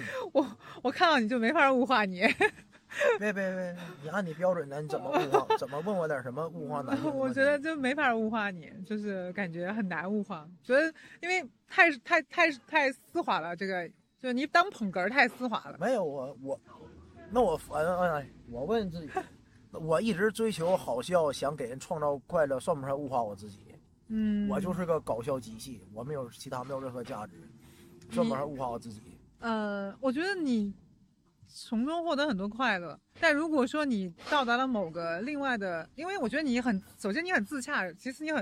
[SPEAKER 1] 我看到你就没法物化你。
[SPEAKER 2] 别别别，你按你标准来，你怎么物化？怎么问我点什么物化男性的问 题？
[SPEAKER 1] 我觉得就没法物化你，就是感觉很难物化，觉得因为太太太太丝滑了，这个就是你当捧哏儿太丝滑了。
[SPEAKER 2] 没有我我，那我反正哎，我问自己，我一直追求好笑，想给人创造快乐，算不算物化我自己？
[SPEAKER 1] 嗯，
[SPEAKER 2] 我就是个搞笑机器，我没有其他没有任何价值，
[SPEAKER 1] 嗯
[SPEAKER 2] 算不算物化我自己？
[SPEAKER 1] 呃，我觉得你从中获得很多快乐，但如果说你到达了某个另外的，因为我觉得你很，首先你很自洽，其实你很，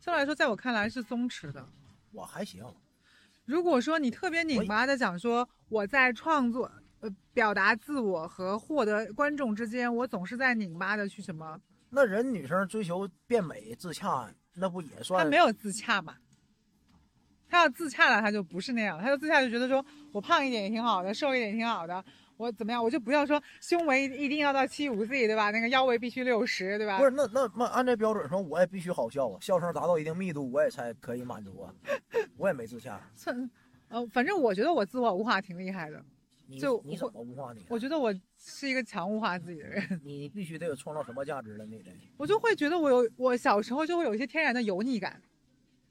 [SPEAKER 1] 相对来说，在我看来是松弛的。
[SPEAKER 2] 我还行，
[SPEAKER 1] 如果说你特别拧巴的讲说我在创作、呃表达自我和获得观众之间，我总是在拧巴的去什么，
[SPEAKER 2] 那人女生追求变美自洽，那不也
[SPEAKER 1] 他
[SPEAKER 2] 算
[SPEAKER 1] 没有自洽嘛。他要自洽了，他就不是那样，他就自洽就觉得说我胖一点也挺好的，瘦一点也挺好的，我怎么样，我就不要说胸围一定要到七五 Z 对吧？那个腰围必须六十对吧
[SPEAKER 2] 不？是，那那那按这标准说，我也必须好笑啊，笑声达到一定密度，我也才可以满足啊。我也没自洽，
[SPEAKER 1] 寸，呃，反正我觉得我自我物化挺厉害的，
[SPEAKER 2] 你
[SPEAKER 1] 就
[SPEAKER 2] 你怎么物化你？啊
[SPEAKER 1] 我觉得我是一个强物化自己的人。
[SPEAKER 2] 你必须得有创造什么价值了，你得。
[SPEAKER 1] 我就会觉得我有，我小时候就会有一些天然的油腻感，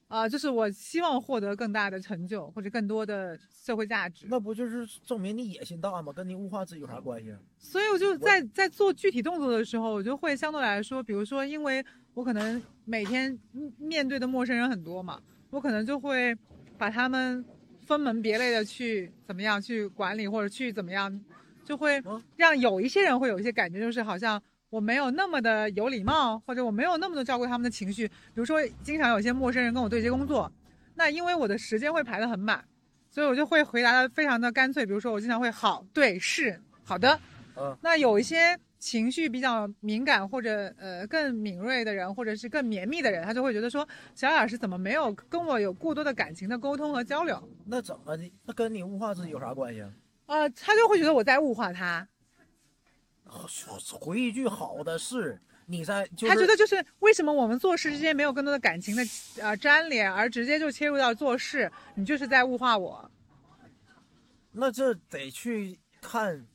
[SPEAKER 1] 啊、就是我希望获得更大的成就或者更多的社会价值，
[SPEAKER 2] 那不就是证明你野心大吗？跟你物化自己有啥关系啊？
[SPEAKER 1] 所以我就在在做具体动作的时候，我就会相对来说，比如说，因为我可能每天嗯面对的陌生人很多嘛，我可能就会把他们分门别类的去怎么样去管理或者去怎么样，就会
[SPEAKER 2] 嗯
[SPEAKER 1] 让有一些人会有一些感觉，就是好像我没有那么的有礼貌，或者我没有那么的照顾他们的情绪。比如说，经常有一些陌生人跟我对接工作，那因为我的时间会排得很满，所以我就会回答的非常的干脆。比如说，我经常会好，对，是，好的。
[SPEAKER 2] 嗯，
[SPEAKER 1] 那有一些情绪比较敏感或者呃更敏锐的人，或者是更绵密的人，他就会觉得说，小雅是怎么没有跟我有过多的感情的沟通和交流？
[SPEAKER 2] 那怎么的？那跟你物化自己有啥关系啊？
[SPEAKER 1] 呃，他就会觉得我在物化他，
[SPEAKER 2] 啊回一句好的是，你在就是
[SPEAKER 1] 他觉得就是为什么我们做事之间没有更多的感情的呃粘连，而直接就切入到做事，你就是在物化我。
[SPEAKER 2] 那这得去看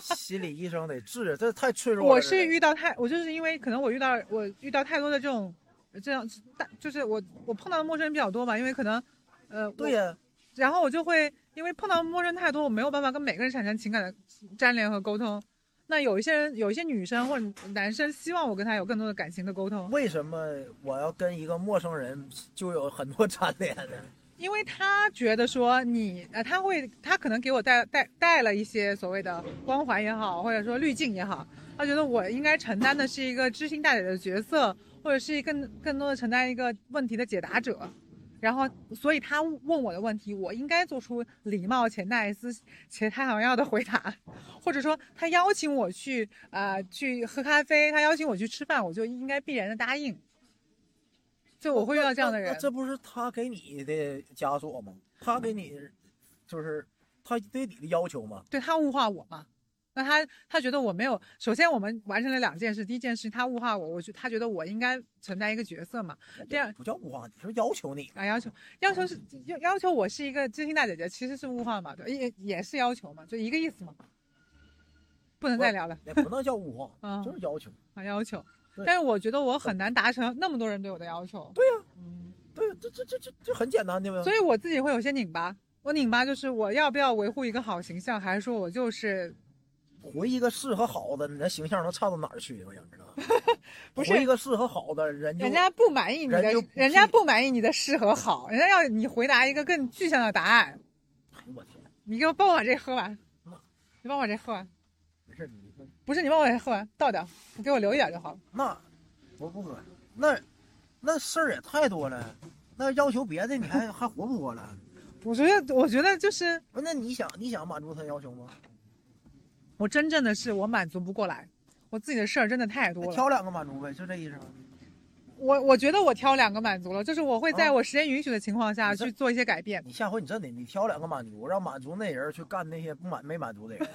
[SPEAKER 2] 心理医生，得治，啊这太脆弱了。
[SPEAKER 1] 我是
[SPEAKER 2] 这个
[SPEAKER 1] 遇到太，我就是因为可能我遇到我遇到太多的这种这样大，就是我我碰到的陌生人比较多嘛，因为可能呃我
[SPEAKER 2] 对呀，
[SPEAKER 1] 然后我就会因为碰到陌生人太多，我没有办法跟每个人产生情感的粘连和沟通。那有一些人，有一些女生或者男生希望我跟他有更多的感情的沟通，
[SPEAKER 2] 为什么我要跟一个陌生人就有很多 粘连呢？
[SPEAKER 1] 因为他觉得说你，呃，他会，他可能给我带带带了一些所谓的光环也好，或者说滤镜也好，他觉得我应该承担的是一个知心大姐的角色，或者是更更多的承担一个问题的解答者。然后，所以他问我的问题，我应该做出礼貌且带一丝且他想要的回答，或者说他邀请我去啊、呃去喝咖啡，他邀请我去吃饭，我就应该必然的答应。就我会遇到这样的
[SPEAKER 2] 那
[SPEAKER 1] 人
[SPEAKER 2] 那，这不是他给你的枷锁吗？他给你就是他对你的要求吗？
[SPEAKER 1] 对他物化我嘛？那他他觉得我没有，首先我们完成了两件事，第一件事他物化我，我觉他觉得我应该承担一个角色嘛，第二
[SPEAKER 2] 不叫物化，你是要求你。
[SPEAKER 1] 啊要求要求是要要求我是一个知心大姐姐，其实是物化嘛，对，也也是要求嘛，就一个意思嘛。不能再聊了
[SPEAKER 2] 那不能叫物 化，
[SPEAKER 1] 啊
[SPEAKER 2] 就是要求。
[SPEAKER 1] 啊！要求，
[SPEAKER 2] 对
[SPEAKER 1] 但是我觉得我很难达成那么多人对我的要求，
[SPEAKER 2] 对呀、
[SPEAKER 1] 嗯，
[SPEAKER 2] 对，这这这这这很简单的呗。
[SPEAKER 1] 所以我自己会有些拧巴。我拧巴就是我要不要维护一个好形象，还是说我就是
[SPEAKER 2] 回一个是和好的，你的形象能差到哪儿去？我想知道。
[SPEAKER 1] 不是
[SPEAKER 2] 回一个是和好的人就
[SPEAKER 1] 人家不满意你的
[SPEAKER 2] 人就不，
[SPEAKER 1] 人家不满意你的适合好，人家要你回答一个更具象的答案。
[SPEAKER 2] 哎呦我天，
[SPEAKER 1] 你给我帮我把这喝完
[SPEAKER 2] 嗯，
[SPEAKER 1] 你帮我把这喝完，
[SPEAKER 2] 没事，你说
[SPEAKER 1] 不是你帮我把这喝完，倒掉，你给我留一点就好了。
[SPEAKER 2] 那我不喝，那那事儿也太多了，那要求别的你还还活不活了？
[SPEAKER 1] 我觉得，我觉得就是
[SPEAKER 2] 不是那你想你想满足他的要求吗？
[SPEAKER 1] 我真正的是我满足不过来，我自己的事儿真的太多了。
[SPEAKER 2] 挑两个满足呗，就这意思吗。
[SPEAKER 1] 我我觉得我挑两个满足了，就是我会在
[SPEAKER 2] 啊
[SPEAKER 1] 我时间允许的情况下
[SPEAKER 2] 你这
[SPEAKER 1] 去做一些改变。
[SPEAKER 2] 你下回你真的你挑两个满足，让满足那人去干那些不满没满足 的人，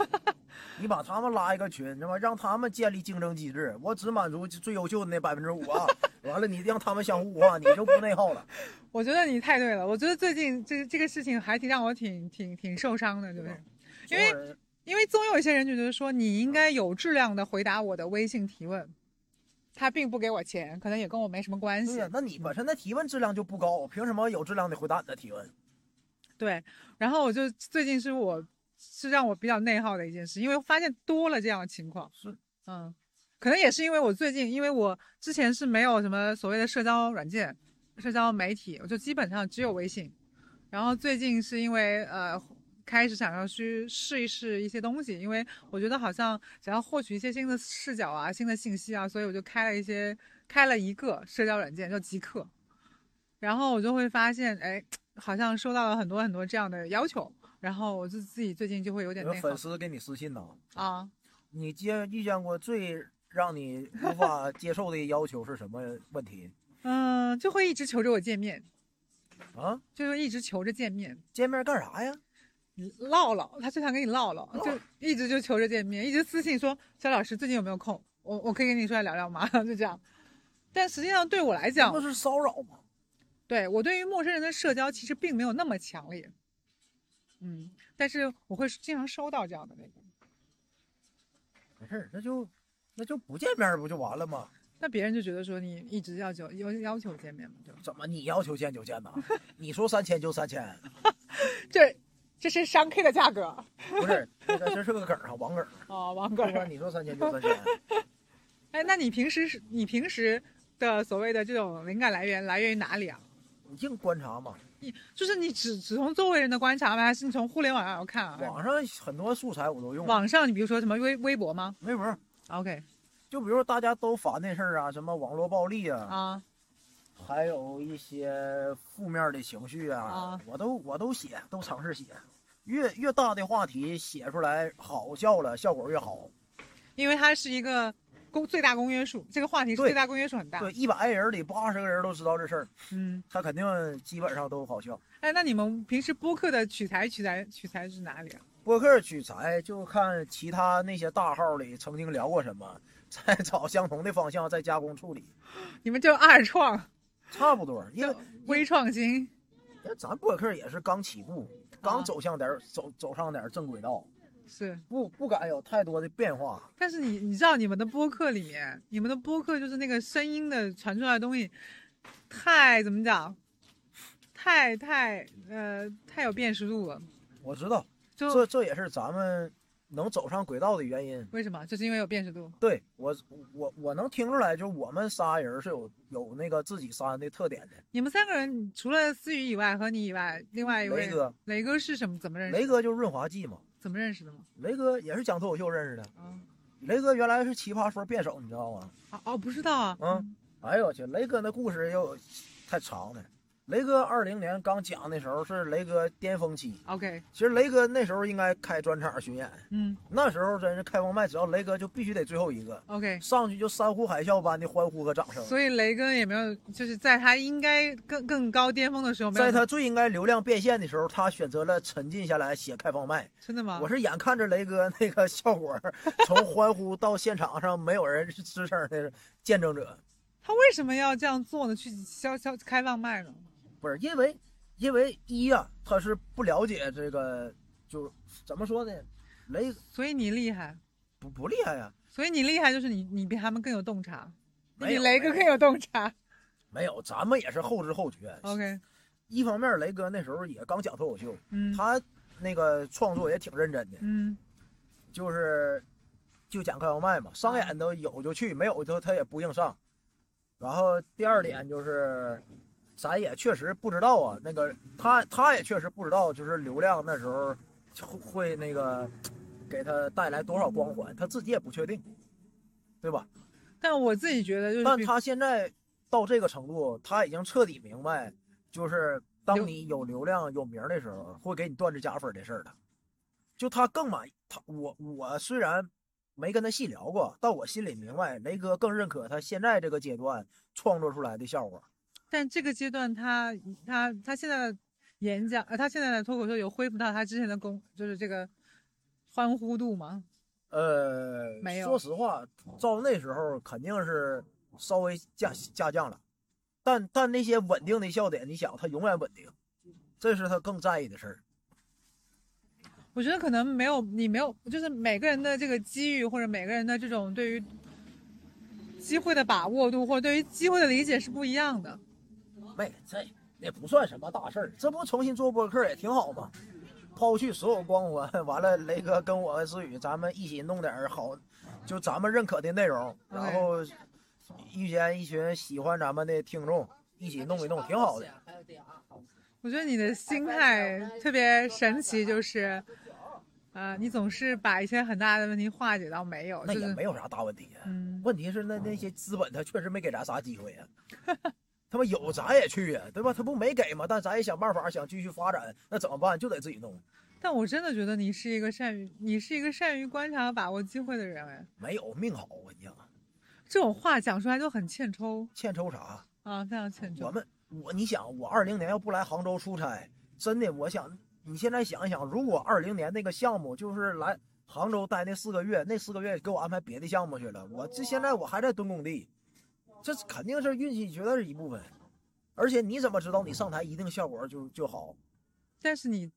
[SPEAKER 2] 你把他们拉一个群，知道吗？让他们建立竞争机制。我只满足最优秀的那百分之五啊，完了你让他们相互啊，你就不内耗了。
[SPEAKER 1] 我觉得你太对了，我觉得最近这这个事情还挺让我挺挺挺受伤的，
[SPEAKER 2] 嗯
[SPEAKER 1] 就是。 因为
[SPEAKER 2] 中国人
[SPEAKER 1] 因为总有一些人就觉得说你应该有质量的回答我的微信提问，他并不给我钱，可能也跟我没什么关
[SPEAKER 2] 对
[SPEAKER 1] 系
[SPEAKER 2] 呀、。那你本身的提问质量就不高，凭什么有质量的回答你的提问？
[SPEAKER 1] 对，然后我就最近是我是让我比较内耗的一件事，因为发现多了这样的情况。
[SPEAKER 2] 是，
[SPEAKER 1] 嗯，可能也是因为我最近，因为我之前是没有什么所谓的社交软件、社交媒体，我就基本上只有微信。然后最近是因为呃。开始想要去试一试一些东西，因为我觉得好像想要获取一些新的视角啊、新的信息啊，所以我就开了一些开了一个社交软件叫极客，然后我就会发现，哎，好像收到了很多很多这样的要求，然后我就自己最近就会有点
[SPEAKER 2] 有
[SPEAKER 1] 内耗
[SPEAKER 2] 粉丝给你私信呐，
[SPEAKER 1] 啊。
[SPEAKER 2] 你接遇见过最让你 无法接受的要求是什么问题
[SPEAKER 1] 嗯，就会一直求着我见面，
[SPEAKER 2] 啊？
[SPEAKER 1] 就是一直求着见面。
[SPEAKER 2] 见面干啥呀？
[SPEAKER 1] 唠唠，他就想跟你唠唠，就一直就求着见面，一直私信说肖老师最近有没有空，我我可以跟你出来聊聊吗？ 就这样。但实际上对我来讲
[SPEAKER 2] 那，是骚扰吗？
[SPEAKER 1] 对我对于陌生人的社交其实并没有那么强烈，嗯，但是我会经常收到这样的那个，
[SPEAKER 2] 没事儿，那就那就不见面儿不就完了吗？
[SPEAKER 1] 那别人就觉得说你一直要求要要求见面嘛，对吧？
[SPEAKER 2] 怎么你要求见就见呐？ 你说三千就三千，
[SPEAKER 1] 这这是商 K 的价格啊、
[SPEAKER 2] 不是那个这是个梗儿啊，网梗儿。
[SPEAKER 1] 王哥
[SPEAKER 2] 不。管你说三千就三千，
[SPEAKER 1] 哎，那你平时是你平时的所谓的这种灵感来源来源于哪里啊？
[SPEAKER 2] 你净观察 嘛。
[SPEAKER 1] 就是你只只从周围人的观察吗？还是你从互联网上有看啊？
[SPEAKER 2] 网上很多素材我都用，
[SPEAKER 1] 网上你比如说什么微微博吗啊
[SPEAKER 2] 微博。
[SPEAKER 1] ？OK
[SPEAKER 2] 就比如大家都烦那事儿啊，什么网络暴力啊，
[SPEAKER 1] 啊，
[SPEAKER 2] 还有一些负面的情绪啊，
[SPEAKER 1] 啊
[SPEAKER 2] 我都我都写，都尝试写。越越大的话题写出来好笑了，效果越好。
[SPEAKER 1] 因为它是一个公最大公约数，这个话题是
[SPEAKER 2] 对
[SPEAKER 1] 最大公约数很大。
[SPEAKER 2] 对，一百人里八十个人都知道这事儿，
[SPEAKER 1] 嗯，
[SPEAKER 2] 他肯定基本上都好笑。
[SPEAKER 1] 哎，那你们平时播客的取材取材取材是哪里啊？
[SPEAKER 2] 播客取材就看其他那些大号里曾经聊过什么，再 找相同的方向再加工处理，
[SPEAKER 1] 你们就二创，
[SPEAKER 2] 差不多。因为
[SPEAKER 1] 就微创新。
[SPEAKER 2] 因为咱播客也是刚起步，刚
[SPEAKER 1] 啊
[SPEAKER 2] 走向点儿走走上点儿正轨道，
[SPEAKER 1] 是，
[SPEAKER 2] 不不敢有太多的变化。
[SPEAKER 1] 但是你你知道你们的播客里面，你们的播客就是那个声音的传出来的东西，太怎么讲，太太呃太有辨识度了。
[SPEAKER 2] 我知道，
[SPEAKER 1] 就
[SPEAKER 2] 这这也是咱们能走上轨道的原因。
[SPEAKER 1] 为什么？就是因为有辨识度。
[SPEAKER 2] 对我，我我能听出来，就是我们仨人是有有那个自己仨人的特点的。
[SPEAKER 1] 你们三个人除了思雨以外和你以外，另外一位
[SPEAKER 2] 雷，哥，
[SPEAKER 1] 雷哥是什么？怎么认识？
[SPEAKER 2] 雷哥就是润滑剂嘛。
[SPEAKER 1] 怎么认识的吗？
[SPEAKER 2] 雷哥也是讲脱口秀认识的。
[SPEAKER 1] 啊
[SPEAKER 2] 雷哥原来是奇葩说辩手，你知道吗？
[SPEAKER 1] 啊哦，不知道啊。
[SPEAKER 2] 嗯哎呦我去，雷哥那故事又太长了。雷哥二零年刚讲的时候是雷哥巅峰期，
[SPEAKER 1] OK，
[SPEAKER 2] 其实雷哥那时候应该开专场巡演，
[SPEAKER 1] 嗯
[SPEAKER 2] 那时候真是开放麦，只要雷哥就必须得最后一个，
[SPEAKER 1] ，OK。
[SPEAKER 2] 上去就山呼海啸般的欢呼和掌声。
[SPEAKER 1] 所以雷哥也没有，就是在他应该更更高巅峰的时候，没有
[SPEAKER 2] 在他最应该流量变现的时候，他选择了沉浸下来写开放麦。
[SPEAKER 1] 真的吗？
[SPEAKER 2] 我是眼看着雷哥那个效果，从欢呼到现场上没有人吱声的见证者，
[SPEAKER 1] 他为什么要这样做呢？去销销开放麦呢？
[SPEAKER 2] 不是因为，因为一呀、他是不了解这个，就是怎么说呢，雷
[SPEAKER 1] 所以你厉害，
[SPEAKER 2] 不不厉害呀、
[SPEAKER 1] 所以你厉害就是你你比他们更有洞察，你
[SPEAKER 2] 没
[SPEAKER 1] 比
[SPEAKER 2] 有
[SPEAKER 1] 雷哥更有洞 察。
[SPEAKER 2] 没有，咱们也是后知后觉。
[SPEAKER 1] OK，
[SPEAKER 2] 一方面，雷哥那时候也刚讲脱口秀，
[SPEAKER 1] 嗯，
[SPEAKER 2] 他那个创作也挺认真的，
[SPEAKER 1] 嗯
[SPEAKER 2] 就是就讲开放麦嘛，商演都有就去，没有就他也不硬上。然后第二点就是，咱也确实不知道啊，那个他他也确实不知道，就是流量那时候会会那个给他带来多少光环，他自己也不确定，对吧？
[SPEAKER 1] 但我自己觉得就是
[SPEAKER 2] 但
[SPEAKER 1] 比，
[SPEAKER 2] 他现在到这个程度，他已经彻底明白，就是当你有流量、有名儿的时候，会给你段子加分儿的事儿了。就他更满意他我我虽然没跟他细聊过，但我心里明白，雷哥更认可他现在这个阶段创作出来的效果。
[SPEAKER 1] 但这个阶段他他他现在的演讲，呃，他现在的脱口秀有恢复到他之前的功，就是这个欢呼度吗？
[SPEAKER 2] 呃，
[SPEAKER 1] 没有
[SPEAKER 2] 说实话，照那时候肯定是稍微下下降了，但但那些稳定的笑点，你想他永远稳定，这是他更在意的事儿。
[SPEAKER 1] 我觉得可能没有你没有，就是每个人的这个机遇或者每个人的这种对于机会的把握度或者对于机会的理解是不一样的。
[SPEAKER 2] 没，这也不算什么大事儿，这不重新做播客也挺好吗？抛去所有光环， 完了，雷哥跟我思雨，咱们一起弄点儿好，就咱们认可的内容，然后遇见一群喜欢咱们的听众，一起弄一弄，挺好的。
[SPEAKER 1] 我觉得你的心态特别神奇，就是，呃，你总是把一些很大的问题化解到没有，
[SPEAKER 2] 那
[SPEAKER 1] 就
[SPEAKER 2] 也
[SPEAKER 1] 是
[SPEAKER 2] 没有啥大问题啊。
[SPEAKER 1] 嗯，
[SPEAKER 2] 问题是那那些资本他确实没给咱啥 机会呀、啊他妈有咱也去呀、对吧？他不没给吗？但咱也想办法想继续发展，那怎么办？就得自己弄。
[SPEAKER 1] 但我真的觉得你是一个善于，你是一个善于观察和把握机会的人，哎，
[SPEAKER 2] 没有命好，我跟你讲，啊
[SPEAKER 1] 这种话讲出来就很欠抽
[SPEAKER 2] 欠抽啥？
[SPEAKER 1] 啊，非常欠
[SPEAKER 2] 我
[SPEAKER 1] 抽。
[SPEAKER 2] 们我你想，我二零年要不来杭州出差，真的，我想你现在想一想，如果二零年那个项目就是来杭州待那四个月，那四个月给我安排别的项目去了，我这现在我还在蹲工地，这肯定是运气，绝对是一部分。而且你怎么知道你上台一定效果就就好？
[SPEAKER 1] 但是你，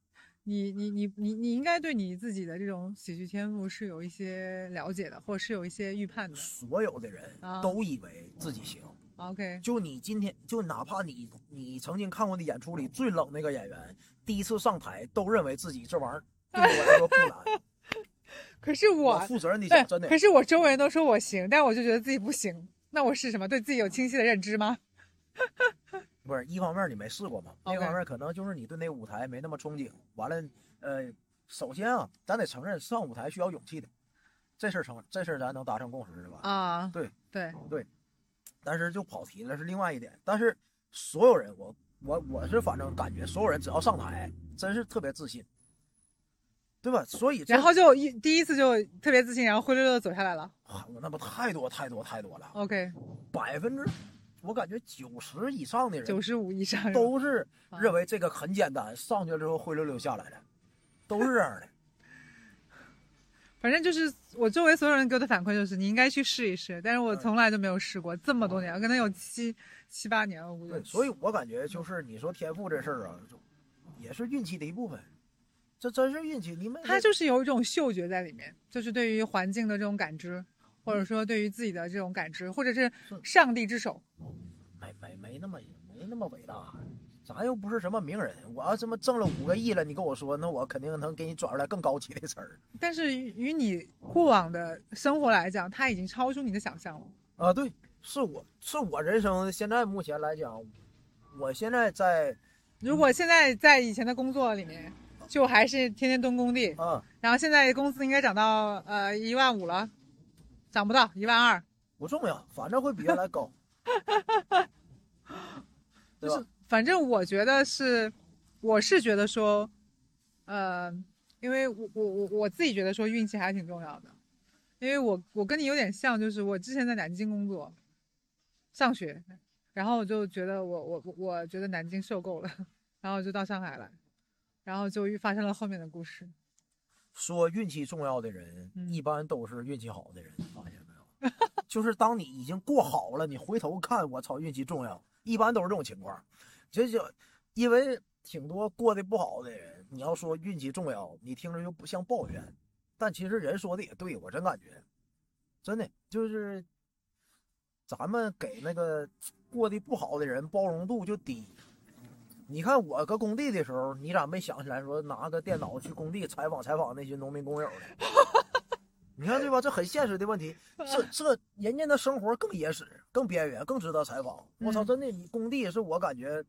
[SPEAKER 1] 你你你你你应该对你自己的这种喜剧天赋是有一些了解的，或者是有一些预判的。
[SPEAKER 2] 所有的人
[SPEAKER 1] 啊
[SPEAKER 2] 都以为自己行，
[SPEAKER 1] OK，
[SPEAKER 2] 就你今天就哪怕你你曾经看过的演出里最冷那个演员，第一次上台都认为自己这玩意儿对我来说不难。
[SPEAKER 1] 可是
[SPEAKER 2] 我
[SPEAKER 1] 我，
[SPEAKER 2] 负责任的
[SPEAKER 1] 对
[SPEAKER 2] 讲，，真的
[SPEAKER 1] 可。是我周围人都说我行，但我就觉得自己不行。那我是什么？对自己有清晰的认知吗？
[SPEAKER 2] 不是，一方面你没试过嘛，另一
[SPEAKER 1] OK
[SPEAKER 2] 方面可能就是你对那舞台没那么憧憬。完了，呃，首先啊，咱得承认上舞台需要勇气的，这事儿成，这事儿咱能达成共识是吧？
[SPEAKER 1] 啊，
[SPEAKER 2] 对
[SPEAKER 1] 对，
[SPEAKER 2] 但是就跑题了是另外一点。但是所有人，我我我是反正感觉所有人只要上台，真是特别自信，对吧？所以这
[SPEAKER 1] 然后就一第一次就特别自信，然后灰溜溜的走下来了。
[SPEAKER 2] 啊我那不太多太多太多了，
[SPEAKER 1] OK，
[SPEAKER 2] 百分之我感觉九十以上的人
[SPEAKER 1] 九十五以上
[SPEAKER 2] 都是
[SPEAKER 1] 啊
[SPEAKER 2] 认为这个很简单，上去了之后灰溜溜下来的，都是这样的。
[SPEAKER 1] 反正就是我周围所有人给我的反馈就是你应该去试一试，但是我
[SPEAKER 2] 嗯哦
[SPEAKER 1] 从来就没有试过，这么多年，可能有七七八年了，我估
[SPEAKER 2] 对，
[SPEAKER 1] 计。
[SPEAKER 2] 所以我感觉就是你说天赋这事儿啊，就也是运气的一部分，这真是运气。你没
[SPEAKER 1] 他就是有一种嗅觉在里面，就是对于环境的这种感知，或
[SPEAKER 2] 嗯
[SPEAKER 1] 者说对于自己的这种感知，或者是上帝之手。
[SPEAKER 2] 没没没那么没那么伟大，咱又不是什么名人。我要这么挣了五个亿了，你跟我说，那我肯定能给你转出来更高级的词儿
[SPEAKER 1] 但是与与你过往的生活来讲，它已经超出你的想象了。
[SPEAKER 2] 啊。对，是我是我人生现在目前来讲，我现在在
[SPEAKER 1] 如
[SPEAKER 2] 嗯
[SPEAKER 1] 果现在在以前的工作里面，就还是天天蹲工地，
[SPEAKER 2] 啊，
[SPEAKER 1] 然后现在工资应该涨到呃一万五了，涨不到一万二，
[SPEAKER 2] 不重要，反正会比原来高，对
[SPEAKER 1] 就是
[SPEAKER 2] 吧？
[SPEAKER 1] 反正我觉得是，我是觉得说，呃，因为我我我我自己觉得说运气还挺重要的，因为我我跟你有点像，就是我之前在南京工作，上学，然后我就觉得我我我我觉得南京受够了，然后就到上海来，然后就遇发生了后面的故事。
[SPEAKER 2] 说运气重要的人，
[SPEAKER 1] 嗯
[SPEAKER 2] 一般都是运气好的人，发现没有？就是当你已经过好了，你回头看，我操，运气重要，一般都是这种情况。这就因为挺多过得不好的人，你要说运气重要，你听着就不像抱怨，但其实人说的也对，我真感觉，真的就是咱们给那个过得不好的人包容度就低。你看我搁工地的时候，你咋没想起来说拿个电脑去工地采访采访那些农民工友呢？ 你看对吧？这很现实的问题，这这人家的生活更野史、更边缘、更值得采访。我操，
[SPEAKER 1] 嗯
[SPEAKER 2] 真的，你工地是我感觉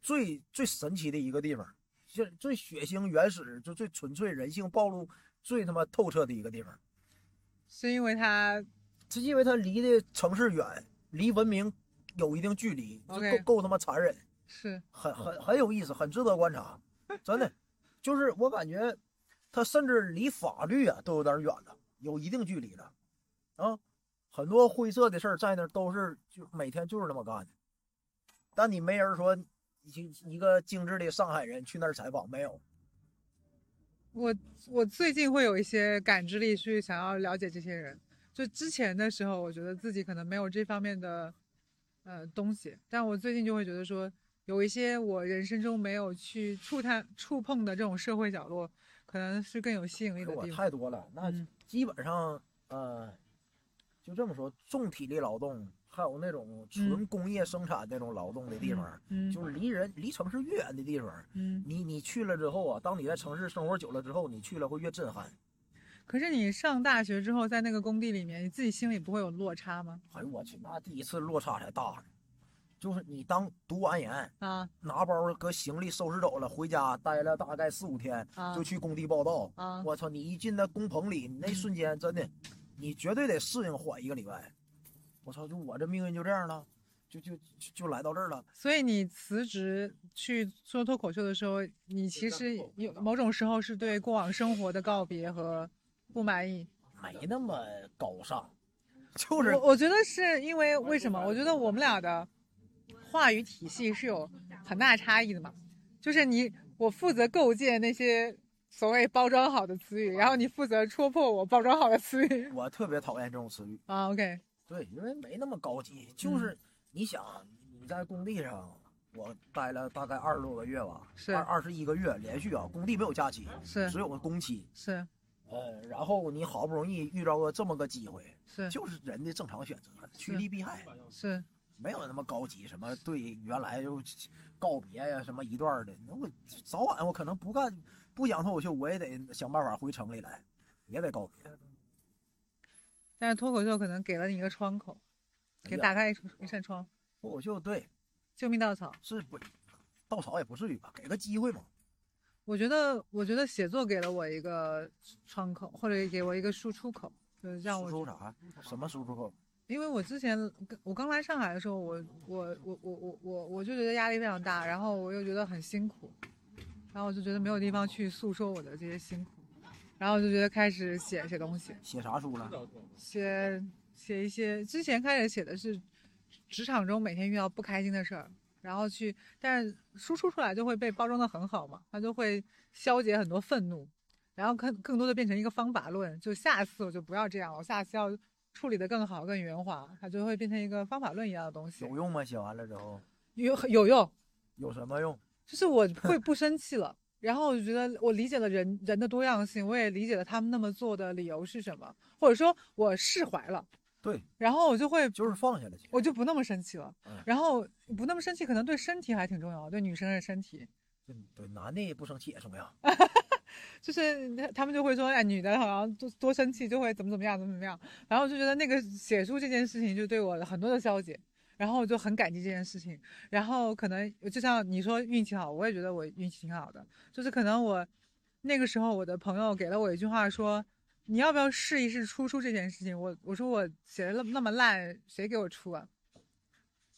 [SPEAKER 2] 最最神奇的一个地方，就是最血腥、原始，就最纯粹人性暴露最他妈透彻的一个地方。
[SPEAKER 1] 是因为他
[SPEAKER 2] 是因为它离的城市远，离文明有一定距离，就
[SPEAKER 1] OK
[SPEAKER 2] 够够他妈残忍。
[SPEAKER 1] 是
[SPEAKER 2] 很很很有意思，很值得 观察，真的，就是我感觉他甚至离法律啊都有点远了，有一定距离了，啊，很多灰色的事儿在那儿都是就每天就是那么干的，但你没人说一一个精致的上海人去那儿采访没有，
[SPEAKER 1] 我我最近会有一些感知力去想要了解这些人。就之前的时候，我觉得自己可能没有这方面的呃东西，但我最近就会觉得说，有一些我人生中没有去触探、触碰的这种社会角落，可能是更有吸引力
[SPEAKER 2] 给
[SPEAKER 1] 的
[SPEAKER 2] 我
[SPEAKER 1] 地方。
[SPEAKER 2] 太多了，那
[SPEAKER 1] 嗯
[SPEAKER 2] 基本上呃，就这么说，重体力劳动还有那种纯工业生产那种劳动的地方，
[SPEAKER 1] 嗯
[SPEAKER 2] 就是离人离城市越远的地方。
[SPEAKER 1] 嗯，
[SPEAKER 2] 你你去了之后啊，当你在城市生活久了之后，你去了会越震撼。
[SPEAKER 1] 可是你上大学之后，在那个工地里面，你自己心里不会有落差吗？
[SPEAKER 2] 哎呦我去，那第一次落差才大呢就是你当读完研，
[SPEAKER 1] 啊
[SPEAKER 2] 拿包搁行李收拾走了，回家待了大概四五天，
[SPEAKER 1] 啊
[SPEAKER 2] 就去工地报道。
[SPEAKER 1] 啊！
[SPEAKER 2] 我操，你一进那工棚里，你那瞬间真的，你绝对得适应缓一个礼拜。我操，就我这命运就这样了，就就就就来到这儿了。
[SPEAKER 1] 所以你辞职去做脱口秀的时候，你其
[SPEAKER 2] 干
[SPEAKER 1] 实
[SPEAKER 2] 过
[SPEAKER 1] 有某种时候是对过往生活的告别和不满意。
[SPEAKER 2] 没那么高尚，就是
[SPEAKER 1] 我我觉得是因为为什么？我觉得我们俩的话语体系是有很大差异的嘛。就是你我负责构建那些所谓包装好的词语，然后你负责戳破我包装好的词语
[SPEAKER 2] 我特别讨厌这种词语。
[SPEAKER 1] 啊。OK，
[SPEAKER 2] 对，因为没那么高级，就是你想你在工地上，我待了大概二十多个月吧，
[SPEAKER 1] 是
[SPEAKER 2] 二二十一个月连续啊，工地没有假期，
[SPEAKER 1] 是
[SPEAKER 2] 只有工期。
[SPEAKER 1] 是
[SPEAKER 2] 呃，然后你好不容易遇到个这么个机会，
[SPEAKER 1] 是
[SPEAKER 2] 就是人的正常选择，趋利避害，
[SPEAKER 1] 是，
[SPEAKER 2] 没有那么高级什么对原来就告别呀、什么一段儿的，那我早晚我可能不干不讲脱口秀，我也得想办法回城里来，也得告别。
[SPEAKER 1] 但是脱口秀可能给了你一个窗口，给打开一扇一扇窗，
[SPEAKER 2] 脱口秀对
[SPEAKER 1] 救命稻草。
[SPEAKER 2] 是不稻草也不至于吧，给个机会嘛。
[SPEAKER 1] 我觉得，我觉得写作给了我一个窗口，或者给我一个输出口，就是让
[SPEAKER 2] 输
[SPEAKER 1] 我
[SPEAKER 2] 出啥？什么输出口？
[SPEAKER 1] 因为我之前跟我刚来上海的时候，我我我我我我我就觉得压力非常大，然后我又觉得很辛苦，然后我就觉得没有地方去诉说我的这些辛苦，然后我就觉得开始写写东西，
[SPEAKER 2] 写啥书了？
[SPEAKER 1] 写写一些之前开始写的是职场中每天遇到不开心的事儿，然后去，但是输出出来就会被包装的很好嘛，它就会消解很多愤怒，然后更更多的变成一个方法论，就下次我就不要这样了，我下次要处理的更好更圆滑，它就会变成一个方法论一样的东西，
[SPEAKER 2] 有用吗？写完了之后
[SPEAKER 1] 有有用，
[SPEAKER 2] 有什么用？
[SPEAKER 1] 就是我会不生气了。然后我就觉得我理解了人人的多样性，我也理解了他们那么做的理由是什么，或者说我释怀了，
[SPEAKER 2] 对，
[SPEAKER 1] 然后我就会
[SPEAKER 2] 就是放下了。
[SPEAKER 1] 我就不那么生气了
[SPEAKER 2] 嗯。
[SPEAKER 1] 然后不那么生气，可能对身体还挺重要，对女生的身体，
[SPEAKER 2] 对对，男的不生气也重要。
[SPEAKER 1] 就是他他们就会说，哎，女的好像多多生气就会怎么怎么样，怎么怎么样。然后我就觉得那个写书这件事情就对我很多的消解，然后我就很感激这件事情。然后可能就像你说运气好，我也觉得我运气挺好的，就是可能我那个时候我的朋友给了我一句话说。你要不要试一试出书这件事情？我我说我写的那么那么烂，谁给我出啊？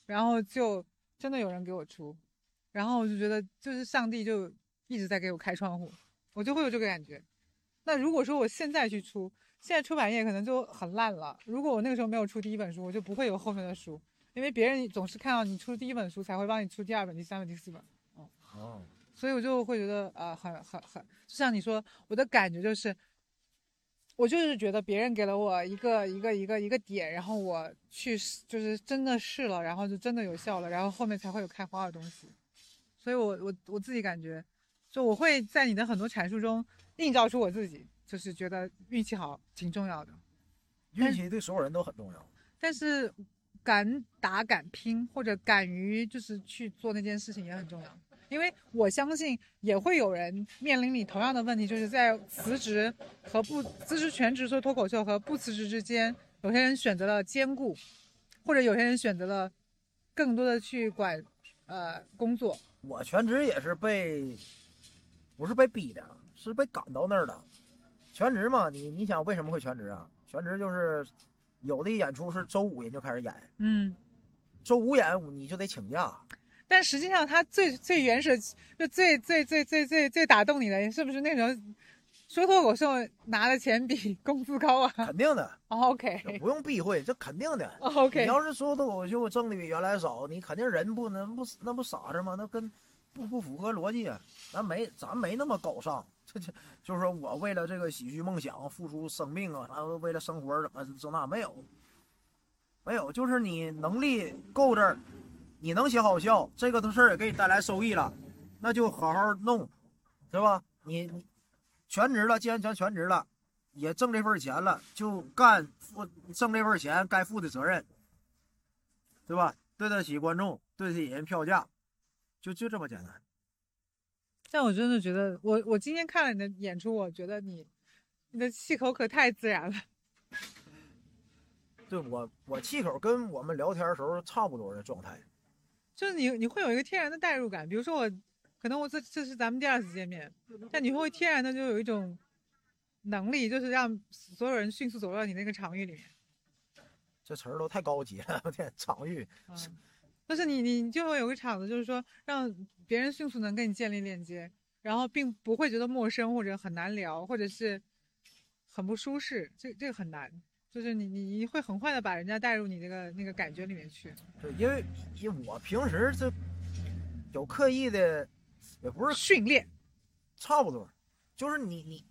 [SPEAKER 1] 然后就真的有人给我出，然后我就觉得就是上帝就一直在给我开窗户，我就会有这个感觉。那如果说我现在去出，现在出版业可能就很烂了。如果我那个时候没有出第一本书，我就不会有后面的书，因为别人总是看到你出第一本书才会帮你出第二本、第三本、第四本，
[SPEAKER 2] 哦，
[SPEAKER 1] 所以我就会觉得啊、很很很，就像你说，我的感觉就是，我就是觉得别人给了我一个一个一个一个点，然后我去试就是真的试了，然后就真的有效了，然后后面才会有开花的东西。所以我我我自己感觉，就我会在你的很多阐述中映照出我自己，就是觉得运气好挺重要的，
[SPEAKER 2] 运气对所有人都很重要。
[SPEAKER 1] 但是敢打敢拼或者敢于就是去做那件事情也很重要。因为我相信也会有人面临你同样的问题，就是在辞职和不辞职全职做脱口秀和不辞职之间，有些人选择了兼顾，或者有些人选择了更多的去管呃工作。
[SPEAKER 2] 我全职也是被，不是被逼的，是被赶到那儿的。全职嘛，你你想为什么会全职啊？全职就是有的演出是周五人就开始演，
[SPEAKER 1] 嗯，
[SPEAKER 2] 周五演你就得请假。
[SPEAKER 1] 但实际上他最最原始就最最最最最最打动你的，是不是那时候说脱口秀拿的钱比工资高啊？
[SPEAKER 2] 肯定的，
[SPEAKER 1] 哦 OK，
[SPEAKER 2] 这不用避讳，这肯定的。
[SPEAKER 1] 哦
[SPEAKER 2] 你
[SPEAKER 1] OK，
[SPEAKER 2] 要是说脱口秀挣的比原来少，你肯定人不能不那不傻子吗？那跟不不符合逻辑啊。咱没咱没那么高尚， 这这就是说我为了这个喜剧梦想付出生命啊，然后为了生活儿怎么这那没有，没有，就是你能力够这儿，你能写好笑，这个的事儿也给你带来收益了，那就好好弄，对吧？你你全职了，既然咱全职了。也挣这份儿钱了，就干付挣这份儿钱该负的责任，对吧？对得起观众，对得起人票价，就就这么简单。
[SPEAKER 1] 但我真的觉得，我我今天看了你的演出，我觉得你你的气口可太自然了。
[SPEAKER 2] 对我我气口跟我们聊天的时候差不多的状态。
[SPEAKER 1] 就是你你会有一个天然的代入感。比如说我，可能我这这是咱们第二次见面，但你会天然的就有一种能力，就是让所有人迅速走到你那个场域里面。
[SPEAKER 2] 这词儿都太高级了，我天，场域
[SPEAKER 1] 嗯，就是你你就会有个场子，就是说让别人迅速能跟你建立链接，然后并不会觉得陌生或者很难聊，或者是很不舒适，这这个很难。就是你你你会很快的把人家带入你那个那个感觉里面去。
[SPEAKER 2] 对，因为因为我平时这有刻意的也不是
[SPEAKER 1] 训练，
[SPEAKER 2] 差不多，就是你你，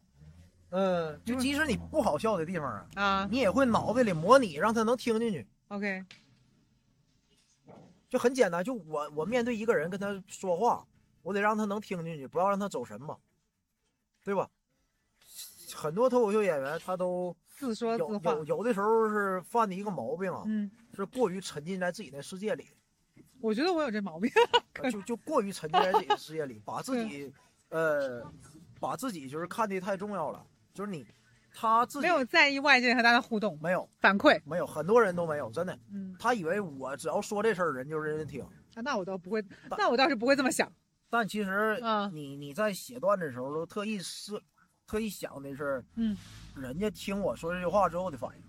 [SPEAKER 2] 嗯，就即使你不好笑的地方啊，
[SPEAKER 1] 啊
[SPEAKER 2] 你也会脑子里模拟，让他能听进去，
[SPEAKER 1] ，OK，
[SPEAKER 2] 就很简单。就我我面对一个人跟他说话，我得让他能听进去，不要让他走神嘛，对吧？很多脱口秀演员他都
[SPEAKER 1] 自说自
[SPEAKER 2] 有
[SPEAKER 1] 话
[SPEAKER 2] 有，有的时候是犯的一个毛病啊，
[SPEAKER 1] 嗯，
[SPEAKER 2] 是过于沉浸在自己的世界里，
[SPEAKER 1] 我觉得我有这 毛病，
[SPEAKER 2] 呃就就过于沉浸在自己的世界里，把 自己，
[SPEAKER 1] 嗯
[SPEAKER 2] 呃，把自己就是看得太重要了，就是你，他自己
[SPEAKER 1] 没有在意外界和大家互动
[SPEAKER 2] 没有
[SPEAKER 1] 反馈，
[SPEAKER 2] 没有，很多人都没有，真的，
[SPEAKER 1] 嗯，
[SPEAKER 2] 他以为我只要说这事儿，人就认真听，
[SPEAKER 1] 啊那我倒不会，那我倒是不会这么想，
[SPEAKER 2] 但其实
[SPEAKER 1] 啊
[SPEAKER 2] 你你在写段子的时候都特意是特意想的是，
[SPEAKER 1] 嗯，
[SPEAKER 2] 人家听我说这句话之后的反应，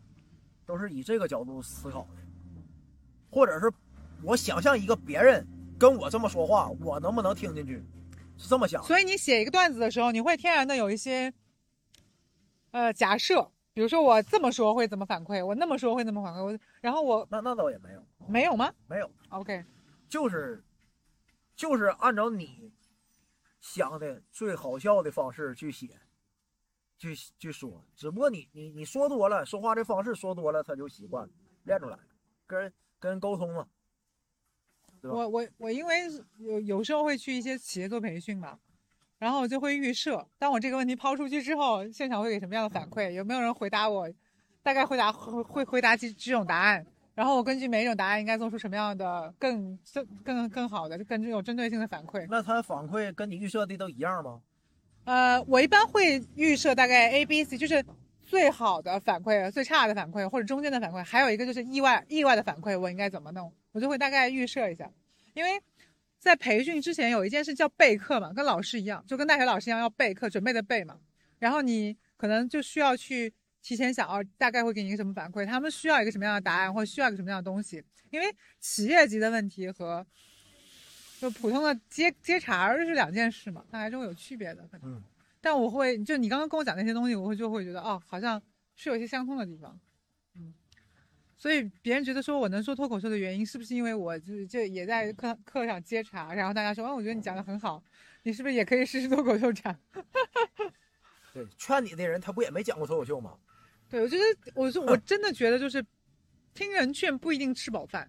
[SPEAKER 2] 都是以这个角度思考的，或者是我想象一个别人跟我这么说话，我能不能听进去，是这么想的。
[SPEAKER 1] 所以你写一个段子的时候，你会天然的有一些，呃，假设，比如说我这么说会怎么反馈，我那么说会怎么反馈，我然后我
[SPEAKER 2] 那那倒也没有，
[SPEAKER 1] 没有吗
[SPEAKER 2] 没有，
[SPEAKER 1] ？OK，
[SPEAKER 2] 就是就是按照你想的最好笑的方式去写，去去说。只不过你你你说多了，说话这方式说多了，他就习惯了练出来了，跟人跟人沟通嘛。对吧
[SPEAKER 1] 我我我因为有有时候会去一些企业做培训嘛，然后我就会预设，当我这个问题抛出去之后，现场会给什么样的反馈，有没有人回答我，大概回答会会回答几几种答案，然后我根据每一种答案应该做出什么样的更更更更好的、更有针对性的反馈。
[SPEAKER 2] 那他反馈跟你预设的都一样吗？
[SPEAKER 1] 呃，我一般会预设大概 A、B、C，就是最好的反馈、最差的反馈或者中间的反馈，还有一个就是意外意外的反馈，我应该怎么弄，我就会大概预设一下。因为在培训之前有一件事叫备课嘛，跟老师一样，就跟大学老师一样要备课，准备的备嘛。然后你可能就需要去提前想哦，大概会给你一个什么反馈，他们需要一个什么样的答案，或需要一个什么样的东西。因为企业级的问题和就普通的接接茬儿是两件事嘛，那还是会有区别的。反正
[SPEAKER 2] 嗯，
[SPEAKER 1] 但我会就你刚刚跟我讲那些东西，我会就会觉得哦，好像是有一些相通的地方。嗯，所以别人觉得说我能说脱口秀的原因，是不是因为我就是就也在课课上接茬，然后大家说，啊，我觉得你讲的很好，你是不是也可以试试脱口秀讲？
[SPEAKER 2] 对，劝你的人他不也没讲过脱口秀吗？
[SPEAKER 1] 对，我觉得，我是我真的觉得，就是听人劝不一定吃饱饭，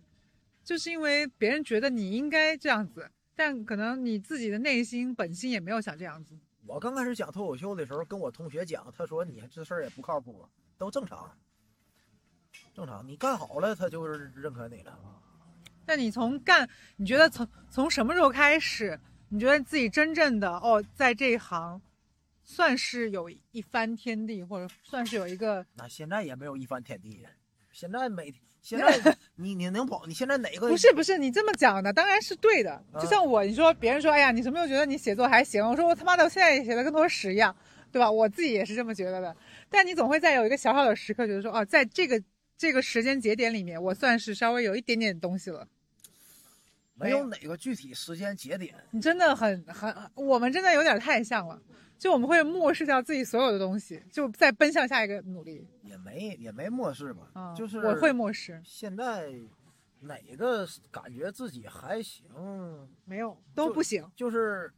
[SPEAKER 1] 就是因为别人觉得你应该这样子，但可能你自己的内心本心也没有想这样子。
[SPEAKER 2] 我刚开始讲脱口秀的时候，跟我同学讲，他说你这事儿也不靠谱，都正常，正常，你干好了，他就是认可你了。
[SPEAKER 1] 那你从干，你觉得从从什么时候开始，你觉得自己真正的哦，在这一行算是有一番天地，或者算是有一个
[SPEAKER 2] 那现在也没有一番天地，现在每现 在你你能保你现在哪个
[SPEAKER 1] 不是不是，你这么讲的当然是对的。
[SPEAKER 2] 啊
[SPEAKER 1] 就像我，你说别人说，哎呀，你什么时候觉得你写作还行？我说我他妈的我现在也写的跟坨屎一样，对吧？我自己也是这么觉得的。但你总会在有一个小小的时刻，觉得说，哦，在这个这个时间节点里面，我算是稍微有一点点东西了。
[SPEAKER 2] 没有哪个具体时间节点，
[SPEAKER 1] 你真的很很，我们真的有点太像了。就我们会漠视掉自己所有的东西，就在奔向下一个努力。
[SPEAKER 2] 也没也没漠视吧，
[SPEAKER 1] 啊，
[SPEAKER 2] 就是
[SPEAKER 1] 我会漠视，
[SPEAKER 2] 现在哪个感觉自己还行，
[SPEAKER 1] 没有都
[SPEAKER 2] 就
[SPEAKER 1] 不行。
[SPEAKER 2] 就是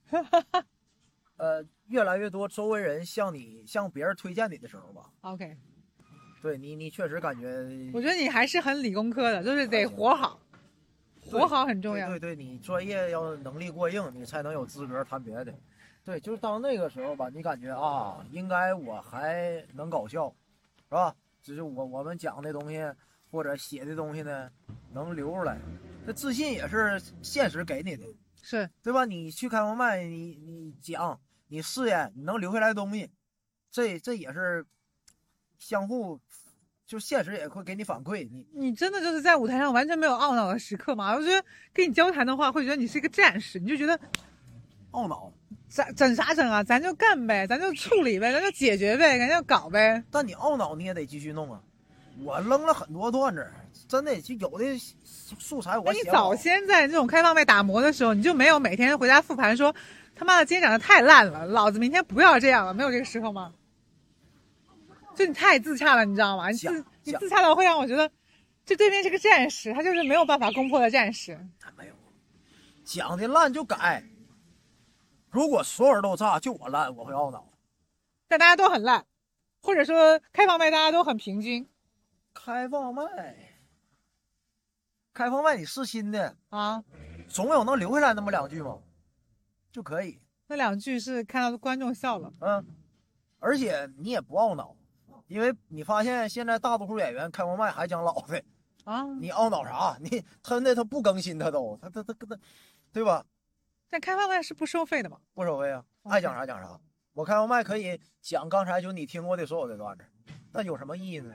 [SPEAKER 2] 呃越来越多周围人向你向别人推荐你的时候吧，
[SPEAKER 1] OK，
[SPEAKER 2] 对你你确实感觉
[SPEAKER 1] 我觉得你还是很理工科的，就是得活好，活好很重要。
[SPEAKER 2] 对对对，你专业要能力过硬，你才能有资格谈别的。对，就是到那个时候吧，你感觉啊，应该我还能搞笑，是吧？只是我我们讲的东西或者写的东西呢，能留出来。这自信也是现实给你的，
[SPEAKER 1] 是
[SPEAKER 2] 对吧？你去开放麦，你你讲，你试验，你能留下来的东西，这这也是相互，就现实也会给你反馈。你
[SPEAKER 1] 你真的就是在舞台上完全没有懊恼的时刻吗？我觉得跟你交谈的话，会觉得你是一个战士，你就觉得
[SPEAKER 2] 懊恼，
[SPEAKER 1] 咱整啥整啊，咱就干呗，咱就处理呗，咱就解决呗，咱就搞呗。
[SPEAKER 2] 但你懊恼你也得继续弄啊。我扔了很多段子，真的就有的素材
[SPEAKER 1] 那
[SPEAKER 2] 我
[SPEAKER 1] 你
[SPEAKER 2] 写不
[SPEAKER 1] 早
[SPEAKER 2] 好，
[SPEAKER 1] 先在这种开放麦打磨的时候，你就没有每天回家复盘说，他妈的今天讲的太烂了，老子明天不要这样了，没有这个时候吗？就你太自洽了，你知道吗？你自
[SPEAKER 2] 讲
[SPEAKER 1] 你
[SPEAKER 2] 讲
[SPEAKER 1] 自洽到会让我觉得，这对面是个战士，他就是没
[SPEAKER 2] 哎
[SPEAKER 1] 有办法攻破的战士。
[SPEAKER 2] 没有，讲的烂就改，如果所有人都炸，就我烂，我会懊恼。
[SPEAKER 1] 但大家都很烂，或者说开放麦大家都很平均
[SPEAKER 2] 开放麦，开放麦你试新的，
[SPEAKER 1] 啊。
[SPEAKER 2] 总有能留下来那么两句嘛，就可以。
[SPEAKER 1] 那两句是看到观众笑了，
[SPEAKER 2] 嗯，而且你也不懊恼，因为你发现现在大多数演员开放麦还讲老的，
[SPEAKER 1] 啊，
[SPEAKER 2] 你懊恼啥？你他那他不更新他都他他他他，对吧？
[SPEAKER 1] 但开放麦是不收费的嘛？
[SPEAKER 2] 无所谓啊，
[SPEAKER 1] 嗯
[SPEAKER 2] 爱讲啥讲啥。我开放麦可以讲刚才就你听过的所有的段子，那有什么意义呢？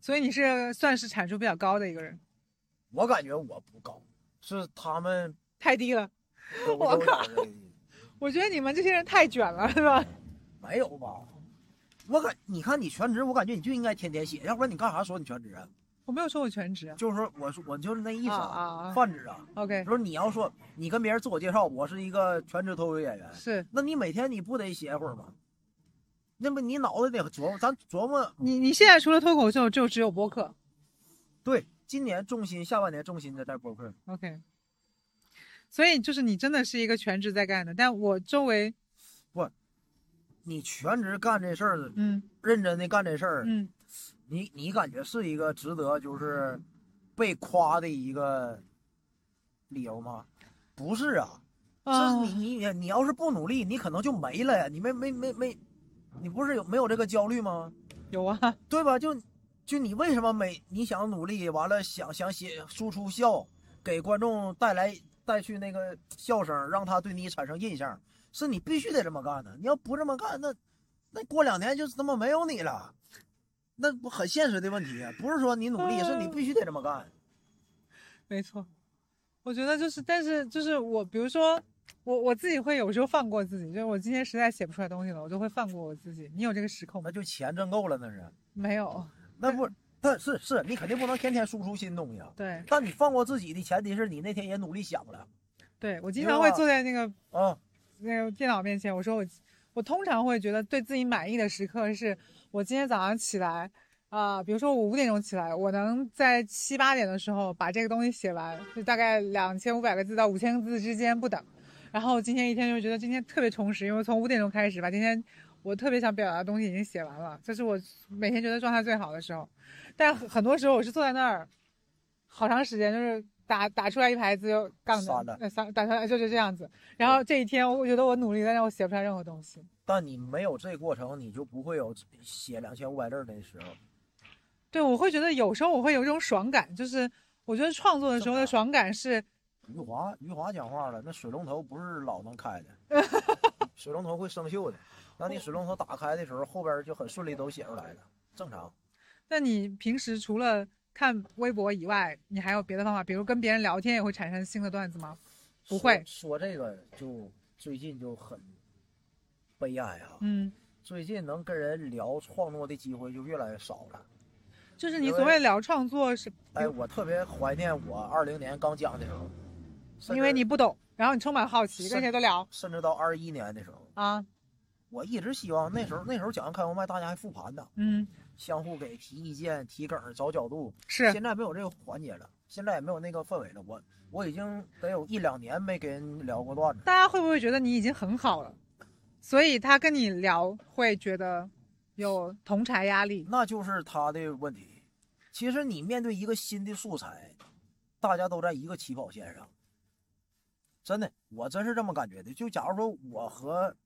[SPEAKER 1] 所以你是算是产出比较高的一个人，
[SPEAKER 2] 我感觉我不高，是他们
[SPEAKER 1] 太低了。
[SPEAKER 2] 都
[SPEAKER 1] 我靠，
[SPEAKER 2] 都有
[SPEAKER 1] 我觉得你们这些人太卷了，是吧？
[SPEAKER 2] 没有吧？我感你看你全职，我感觉你就应该天天写，要不然你干啥说你全职啊？
[SPEAKER 1] 我没有说我全职啊
[SPEAKER 2] 就是说我说我就是那意思
[SPEAKER 1] 啊
[SPEAKER 2] 啊，
[SPEAKER 1] 啊
[SPEAKER 2] 泛指啊。
[SPEAKER 1] ！OK，
[SPEAKER 2] 比如你要说你跟别人自我介绍，我是一个全职脱口秀演员，
[SPEAKER 1] 是
[SPEAKER 2] 那你每天你不得写会儿吗？那么你脑子得琢磨，咱琢磨
[SPEAKER 1] 你你现在除了脱口秀就只有播客
[SPEAKER 2] 对，今年重心下半年重心在在播客，
[SPEAKER 1] ，OK。所以就是你真的是一个全职在干的，但我周围，
[SPEAKER 2] 你全职干这事儿，
[SPEAKER 1] 嗯
[SPEAKER 2] 认真的干这事儿，
[SPEAKER 1] 嗯，
[SPEAKER 2] 你你感觉是一个值得就是被夸的一个理由吗？不是啊，
[SPEAKER 1] 啊
[SPEAKER 2] 是你你你要是不努力，你可能就没了呀，你没没没没，你不是有没有这个焦虑吗？
[SPEAKER 1] 有啊，
[SPEAKER 2] 对吧？就就你为什么每你想努力，完了想想写输出笑，给观众带来带去那个笑声，让他对你产生印象，是你必须得这么干的。你要不这么干，那那过两年就他妈没有你了，那不很现实的问题啊。不是说你努力，
[SPEAKER 1] 嗯
[SPEAKER 2] 是你必须得这么干。
[SPEAKER 1] 没错，我觉得就是，但是就是我，比如说我我自己会有时候放过自己，就是我今天实在写不出来东西了，我就会放过我自己。你有这个时空
[SPEAKER 2] 那
[SPEAKER 1] 吗？
[SPEAKER 2] 就钱挣够了，那是
[SPEAKER 1] 没有，
[SPEAKER 2] 那不，但是是你肯定不能天天输出新东西啊。
[SPEAKER 1] 对
[SPEAKER 2] 但你放过自己的前提是你那天也努力想了
[SPEAKER 1] 对，我经
[SPEAKER 2] 有
[SPEAKER 1] 常会
[SPEAKER 2] 啊
[SPEAKER 1] 坐在那个
[SPEAKER 2] 啊。
[SPEAKER 1] 那个电脑面前，我说我我通常会觉得对自己满意的时刻是，我今天早上起来啊、比如说我五点钟起来，我能在七八点的时候把这个东西写完，就大概两千五百个字到五千个字之间不等。然后今天一天就觉得今天特别充实，因为从五点钟开始把今天我特别想表达的东西已经写完了，这是我每天觉得状态最好的时候。但很很多时候我是坐在那儿好长时间，就是打打出来一排字就杠着
[SPEAKER 2] 删了，
[SPEAKER 1] 呃删打出来就是这样子。然后这一天我觉得我努力了，但我写不出来任何东西。
[SPEAKER 2] 但你没有这过程，你就不会有写两千五百字儿的时候。
[SPEAKER 1] 对，我会觉得有时候我会有一种爽感，就是我觉得创作的时候的爽感是
[SPEAKER 2] 余华，余华讲话了，那水龙头不是老能开的， 水龙头会生锈的。当你水龙头打开的时候，后边就很顺利都写出来了，正常。
[SPEAKER 1] 那你平时除了看微博以外，你还有别的方法，比如跟别人聊天也会产生新的段子吗？不会
[SPEAKER 2] 说说这个就最近就很悲哀啊，
[SPEAKER 1] 嗯，
[SPEAKER 2] 最近能跟人聊创作的机会就越来越少了。
[SPEAKER 1] 就是你
[SPEAKER 2] 因为
[SPEAKER 1] 所谓聊创作是，
[SPEAKER 2] 哎，我特别怀念我二零年刚讲的时候，甚
[SPEAKER 1] 因为
[SPEAKER 2] 至
[SPEAKER 1] 你不懂，然后你充满好奇，
[SPEAKER 2] 是
[SPEAKER 1] 跟谁都聊
[SPEAKER 2] 甚至到二一年的时候，
[SPEAKER 1] 啊，
[SPEAKER 2] 我一直希望那时候那时候讲完开放麦，大家还复盘呢，
[SPEAKER 1] 嗯，
[SPEAKER 2] 相互给提意见、提梗儿、找角度。
[SPEAKER 1] 是
[SPEAKER 2] 现在没有这个环节了，现在也没有那个氛围了。我我已经得有一两年没跟人聊过段子，
[SPEAKER 1] 大家会不会觉得你已经很好了，所以他跟你聊会觉得有同柴压力？
[SPEAKER 2] 那就是他的问题。其实你面对一个新的素材，大家都在一个起跑线上，真的，我真是这么感觉的。就假如说我和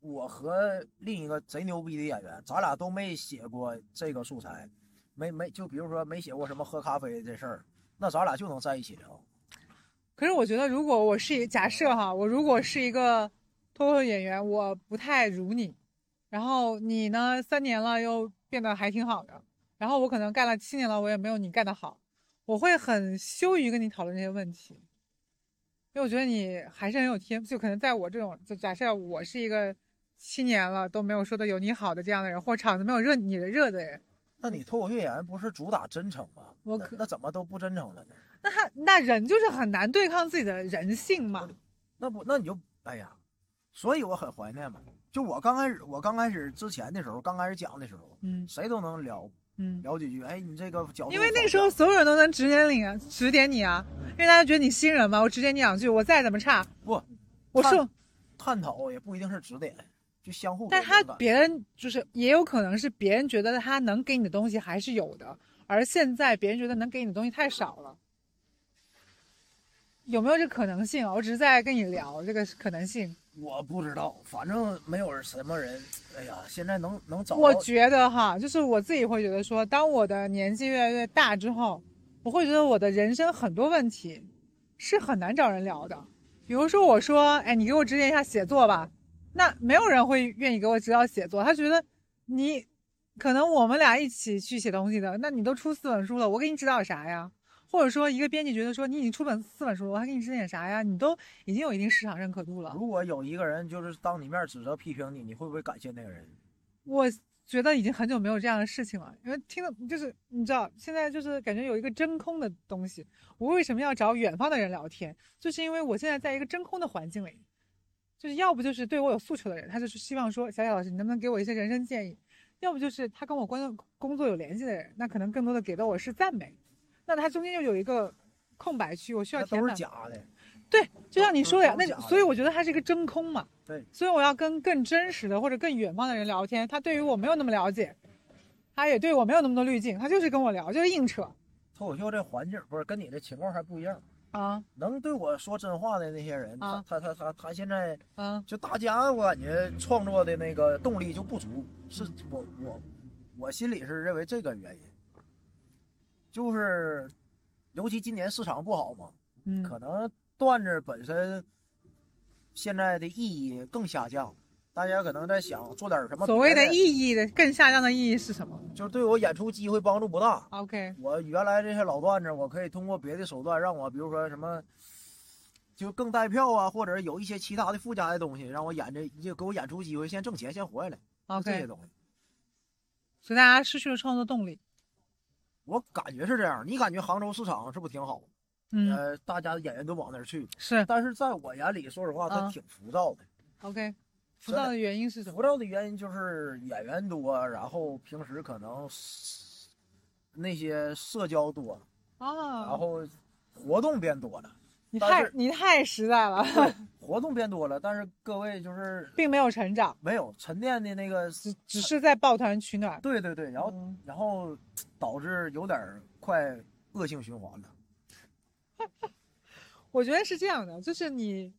[SPEAKER 2] 我和另一个贼牛逼的演员，咱俩都没写过这个素材，没没就比如说没写过什么喝咖啡这事儿，那咱俩就能在一起聊。
[SPEAKER 1] 可是我觉得，如果我是一假设哈，我如果是一个脱口秀演员，我不太如你，然后你呢，三年了又变得还挺好的，然后我可能干了七年了，我也没有你干得好，我会很羞于跟你讨论这些问题，因为我觉得你还是很有天，就可能在我这种，就假设我是一个七年了都没有说的有你好的这样的人，或场子没有热你的热的人，
[SPEAKER 2] 那你脱口秀演员不是主打真诚吗？
[SPEAKER 1] 我
[SPEAKER 2] 那
[SPEAKER 1] 可
[SPEAKER 2] 那怎么都不真诚了呢？
[SPEAKER 1] 那他那人就是很难对抗自己的人性嘛，
[SPEAKER 2] 那不那你就哎呀，所以我很怀念嘛。就我刚开始，我刚开始之前的时候，刚开始讲的时候，
[SPEAKER 1] 嗯
[SPEAKER 2] 谁都能聊
[SPEAKER 1] 嗯。
[SPEAKER 2] 聊几句。哎，你这个角度，
[SPEAKER 1] 因为那个时候所有人都能指点你啊，指点你啊，因为大家觉得你新人嘛，我指点你两句，我再怎么差，
[SPEAKER 2] 不，
[SPEAKER 1] 我
[SPEAKER 2] 看
[SPEAKER 1] 说
[SPEAKER 2] 探讨，也不一定是指点，就相互给
[SPEAKER 1] 但
[SPEAKER 2] 这种
[SPEAKER 1] 他
[SPEAKER 2] 感觉。
[SPEAKER 1] 别人就是也有可能是别人觉得他能给你的东西还是有的，而现在别人觉得能给你的东西太少了，有没有这可能性啊？我只是在跟你聊这个可能性。
[SPEAKER 2] 我不知道，反正没有人什么人，哎呀，现在能能找
[SPEAKER 1] 我
[SPEAKER 2] 到
[SPEAKER 1] 觉得哈，就是我自己会觉得说，当我的年纪越来越大之后，我会觉得我的人生很多问题是很难找人聊的。比如说，我说，哎，你给我指点一下写作吧，那没有人会愿意给我指导写作。他觉得你可能我们俩一起去写东西的，那你都出四本书了，我给你指导啥呀？或者说，一个编辑觉得说你已经出本四本书了，我还给你指点啥呀？你都已经有一定市场认可度了。
[SPEAKER 2] 如果有一个人就是当你面指责批评你，你会不会感谢那个人？
[SPEAKER 1] 我觉得已经很久没有这样的事情了，因为听的就是你知道，现在就是感觉有一个真空的东西。我为什么要找远方的人聊天？就是因为我现在在一个真空的环境里，就是要不就是对我有诉求的人，他就是希望说，小小老师，你能不能给我一些人生建议？要不就是他跟我关工作有联系的人，那可能更多的给的我是赞美。那他中间又有一个空白区，我需要
[SPEAKER 2] 那
[SPEAKER 1] 填
[SPEAKER 2] 都
[SPEAKER 1] 满
[SPEAKER 2] 是。假的。
[SPEAKER 1] 对，就像你说的呀，
[SPEAKER 2] 都
[SPEAKER 1] 那
[SPEAKER 2] 是假的
[SPEAKER 1] 所以我觉得它是一个真空嘛。
[SPEAKER 2] 嗯对，
[SPEAKER 1] 所以我要跟更真实的或者更远方的人聊天，他对于我没有那么了解，他也对我没有那么多滤镜，他就是跟我聊，就是硬扯
[SPEAKER 2] 脱口秀这环境不是跟你这情况还不一样，
[SPEAKER 1] 啊
[SPEAKER 2] 能对我说真话的那些人，
[SPEAKER 1] 啊
[SPEAKER 2] 他他他他他现在
[SPEAKER 1] 啊
[SPEAKER 2] 就大家我感觉创作的那个动力就不足，是我我我心里是认为这个原因，就是尤其今年市场不好嘛，
[SPEAKER 1] 嗯
[SPEAKER 2] 可能段子本身现在的意义更下降，大家可能在想做点什么别。
[SPEAKER 1] 所谓的意义的更下降的意义是什么
[SPEAKER 2] 就是对我演出机会帮助不大。
[SPEAKER 1] ？OK，
[SPEAKER 2] 我原来这些老段子，我可以通过别的手段让我，比如说什么，就更带票啊，或者有一些其他的附加的东西，让我演这就给我演出机会，先挣钱，先活下来。这些
[SPEAKER 1] OK，
[SPEAKER 2] 东西，
[SPEAKER 1] 所以大家失去了创作动力。
[SPEAKER 2] 我感觉是这样。你感觉杭州市场是不是挺好？
[SPEAKER 1] 嗯，
[SPEAKER 2] 呃，大家演员都往那儿去，
[SPEAKER 1] 是
[SPEAKER 2] 但是在我眼里，说实话，它
[SPEAKER 1] 啊
[SPEAKER 2] 挺浮躁的。
[SPEAKER 1] OK。浮
[SPEAKER 2] 真的
[SPEAKER 1] 躁的原因是什么
[SPEAKER 2] 浮躁的原因就是演员多，然后平时可能是那些社交多，然
[SPEAKER 1] 啊？
[SPEAKER 2] 后活动变多了，
[SPEAKER 1] 你
[SPEAKER 2] 但
[SPEAKER 1] 太
[SPEAKER 2] 是
[SPEAKER 1] 你太实在了，
[SPEAKER 2] 活动变多了，但是各位就是
[SPEAKER 1] 并没有成长，
[SPEAKER 2] 没有沉淀的那个，
[SPEAKER 1] 只只是在抱团取暖。
[SPEAKER 2] 对对对，然后
[SPEAKER 1] 嗯
[SPEAKER 2] 然后导致有点儿快恶性循环了。
[SPEAKER 1] 我觉得是这样的，就是你，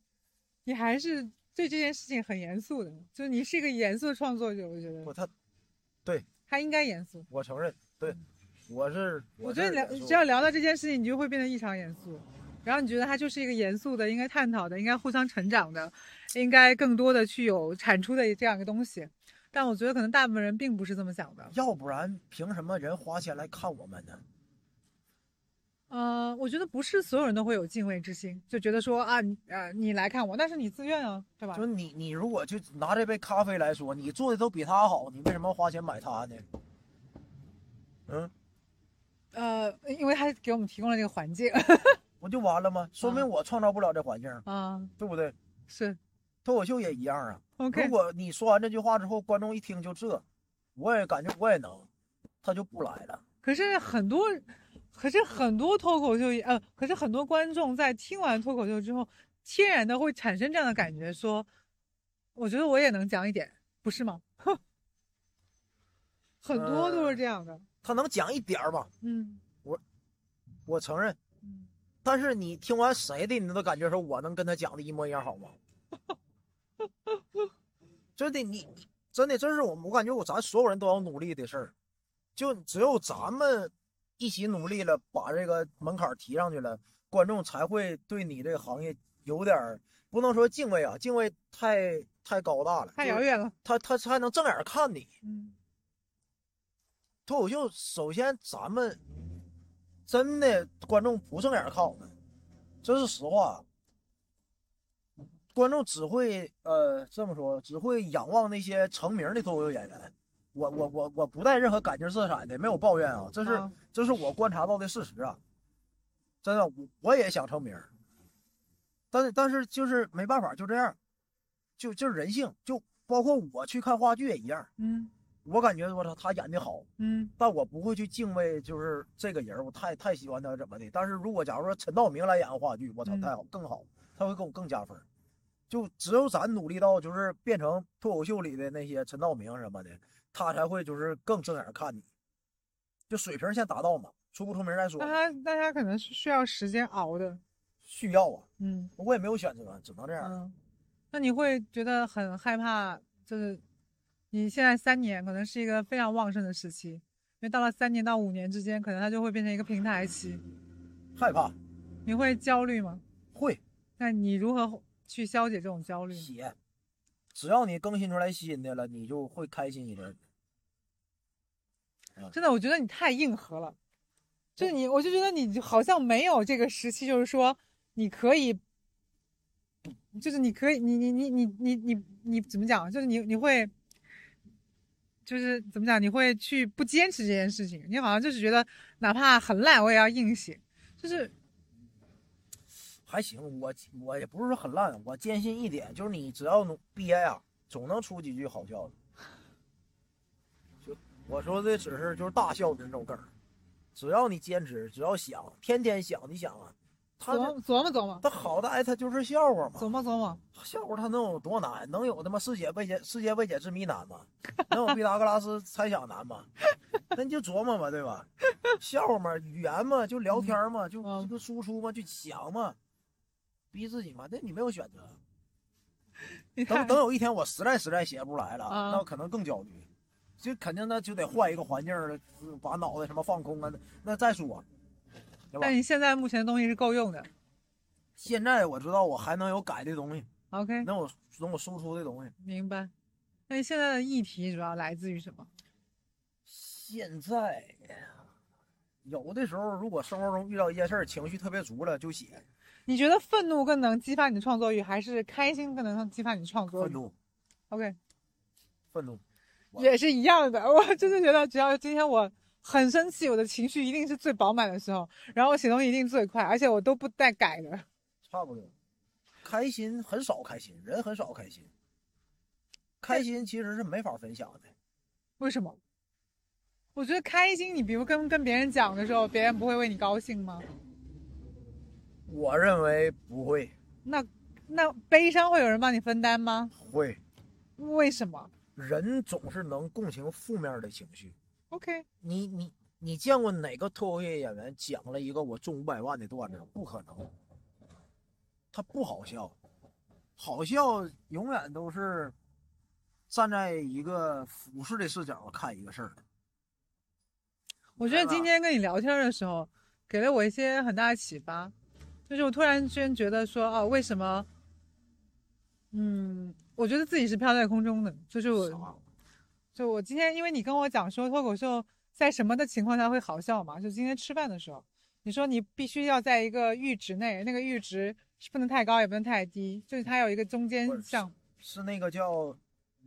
[SPEAKER 1] 你还是对这件事情很严肃的，就是你是一个严肃的创作者，我觉得
[SPEAKER 2] 我他
[SPEAKER 1] 他应该严肃。
[SPEAKER 2] 我承认，对，我是
[SPEAKER 1] 我
[SPEAKER 2] 是
[SPEAKER 1] 觉得聊
[SPEAKER 2] 严肃
[SPEAKER 1] 只要聊到这件事情，你就会变得异常严肃，然后你觉得它就是一个严肃的，应该探讨的，应该互相成长的，应该更多的去有产出的这样一个东西。但我觉得可能大部分人并不是这么想的。
[SPEAKER 2] 要不然凭什么人花钱来看我们呢？
[SPEAKER 1] 呃，我觉得不是所有人都会有敬畏之心，就觉得说啊，你啊、你来看我，那是你自愿啊，对吧
[SPEAKER 2] 就？你你如果就拿这杯咖啡来说，你做的都比他好，你为什么花钱买他呢？嗯，
[SPEAKER 1] 呃，因为他给我们提供了这个环境
[SPEAKER 2] 不就完了吗？说
[SPEAKER 1] 嗯
[SPEAKER 2] 明我创造不了这环境，
[SPEAKER 1] 啊，
[SPEAKER 2] 对不对？
[SPEAKER 1] 是
[SPEAKER 2] 脱口秀也一样啊。
[SPEAKER 1] OK
[SPEAKER 2] 如。果你说完这句话之后，观众一听就这，我也感觉我也能，他就不来了。
[SPEAKER 1] 可是很多，可是很多脱口秀演，呃，可是很多观众在听完脱口秀之后，天然的会产生这样的感觉，说，我觉得我也能讲一点，不是吗？ 很多都
[SPEAKER 2] 呃
[SPEAKER 1] 是这样的，
[SPEAKER 2] 他能讲一点儿吧，
[SPEAKER 1] 嗯
[SPEAKER 2] 我承认。
[SPEAKER 1] 嗯，
[SPEAKER 2] 但是你听完谁的，你都感觉说我能跟他讲的一模一样好吗？ 真的，你真的，这是我们，我感觉我咱所有人都要努力的事儿，就只有咱们一起努力了，把这个门槛提上去了，观众才会对你这个行业有点儿不能说敬畏啊，敬畏太太高大了，
[SPEAKER 1] 太
[SPEAKER 2] 就是
[SPEAKER 1] 遥远了，
[SPEAKER 2] 他他才能正眼看你。
[SPEAKER 1] 嗯
[SPEAKER 2] 脱口秀，首先咱们真的观众不正眼看我们，这是实话。观众只会呃这么说，只会仰望那些成名的脱口秀演员。我我我我不带任何感情色彩的，没有抱怨啊，这是、
[SPEAKER 1] 啊
[SPEAKER 2] 这是我观察到的事实啊。真的，我我也想成名，但是但是就是没办法，就这样，就就是人性，就包括我去看话剧也一样。
[SPEAKER 1] 嗯
[SPEAKER 2] 我感觉我操他演的好，
[SPEAKER 1] 嗯
[SPEAKER 2] 但我不会去敬畏，就是这个人儿，我太太喜欢他怎么的。但是如果假如说陈道明来演个话剧，我操，
[SPEAKER 1] 嗯
[SPEAKER 2] 太好，更好，他会给我更加分儿。就只有咱努力到就是变成脱口秀里的那些陈道明什么的，他才会就是更正眼看你，就水平先达到嘛，出不出名再说
[SPEAKER 1] 那，他那他可能是需要时间熬的，
[SPEAKER 2] 需要啊，
[SPEAKER 1] 嗯
[SPEAKER 2] 我也没有选择，只能这样。
[SPEAKER 1] 嗯。那你会觉得很害怕，就是你现在三年可能是一个非常旺盛的时期，因为到了三年到五年之间，可能它就会变成一个平台期，
[SPEAKER 2] 害怕
[SPEAKER 1] 你会焦虑吗？
[SPEAKER 2] 会
[SPEAKER 1] 那你如何去消解这种焦虑呢？
[SPEAKER 2] 写，只要你更新出来新的了，你就会开心一阵。
[SPEAKER 1] 真的，我觉得你太硬核了，就是你，我就觉得你好像没有这个时期，就是说你可以，就是你可以，你你你你你你你怎么讲？啊就是你你会，就是怎么讲？你会去不坚持这件事情，你好像就是觉得哪怕很烂我也要硬写，就是
[SPEAKER 2] 还行，我我也不是说很烂，我坚信一点，就是你只要努憋呀、总能出几句好笑的。就我说的只是就是大笑的那种梗儿，只要你坚持，只要想，天天想，你想啊，他
[SPEAKER 1] 琢
[SPEAKER 2] 这
[SPEAKER 1] 磨琢磨琢磨
[SPEAKER 2] 他好歹他就是笑话嘛，
[SPEAKER 1] 琢磨琢磨，
[SPEAKER 2] 笑话他能有多难？能有他妈世界未解世界未解之谜难吗？能有毕达哥拉斯猜想难吗？那你就琢磨吧，对吧？笑话嘛，语言嘛，就聊天嘛，就
[SPEAKER 1] 嗯
[SPEAKER 2] 这个输出嘛，就想嘛，逼自己嘛。那你没有选 择。
[SPEAKER 1] 你
[SPEAKER 2] 等
[SPEAKER 1] 看
[SPEAKER 2] 等，有一天我实在实在写不出来了，
[SPEAKER 1] 啊
[SPEAKER 2] 那我可能更焦虑，就肯定那就得换一个环境了，呃把脑袋什么放空啊，那那再说。对吧
[SPEAKER 1] 但？你现在目前的东西是够用的
[SPEAKER 2] 现在我知道我还能有改的东西，
[SPEAKER 1] ，OK，
[SPEAKER 2] 能有能有输出的东西。
[SPEAKER 1] 明白。那你现在的议题主要来自于什么？
[SPEAKER 2] 现在有的时候，如果生活中遇到一件事儿，情绪特别足了，就写
[SPEAKER 1] 你觉得愤怒更能激发你的创作欲，还是开心更能激发你的创作
[SPEAKER 2] 愤
[SPEAKER 1] 欲
[SPEAKER 2] 怒，
[SPEAKER 1] ？OK，
[SPEAKER 2] 愤怒。哇
[SPEAKER 1] 也是一样的。我真的觉得，只要今天我很生气，我的情绪一定是最饱满的时候，然后我写东西一定最快，而且我都不带改的。
[SPEAKER 2] 差不多。开心很少，开心人很少，开心。开心其实是没法分享的，
[SPEAKER 1] 为什么？我觉得开心，你比如跟跟别人讲的时候，别人不会为你高兴吗？
[SPEAKER 2] 我认为不会，
[SPEAKER 1] 那那悲伤会有人帮你分担吗？
[SPEAKER 2] 会
[SPEAKER 1] 为什么
[SPEAKER 2] 人总是能共情负面的情绪。
[SPEAKER 1] ？OK，
[SPEAKER 2] 你你你见过哪个脱口秀演员讲了一个我中五百万的段子吗？不可能，他不好笑，好笑永远都是站在一个俯视的视角看一个事儿。
[SPEAKER 1] 我觉得
[SPEAKER 2] 明白
[SPEAKER 1] 今
[SPEAKER 2] 吧
[SPEAKER 1] 天跟你聊天的时候，给了我一些很大的启发，就是我突然之间觉得说，哦，为什么，嗯，我觉得自己是飘在空中的，就是我，
[SPEAKER 2] 啥
[SPEAKER 1] 就我今天，因为你跟我讲说脱口秀在什么的情况下会好笑嘛，就今天吃饭的时候，你说你必须要在一个阈值内，那个阈值是不能太高也不能太低，就是它有一个中间
[SPEAKER 2] 不是
[SPEAKER 1] 像
[SPEAKER 2] 是那个叫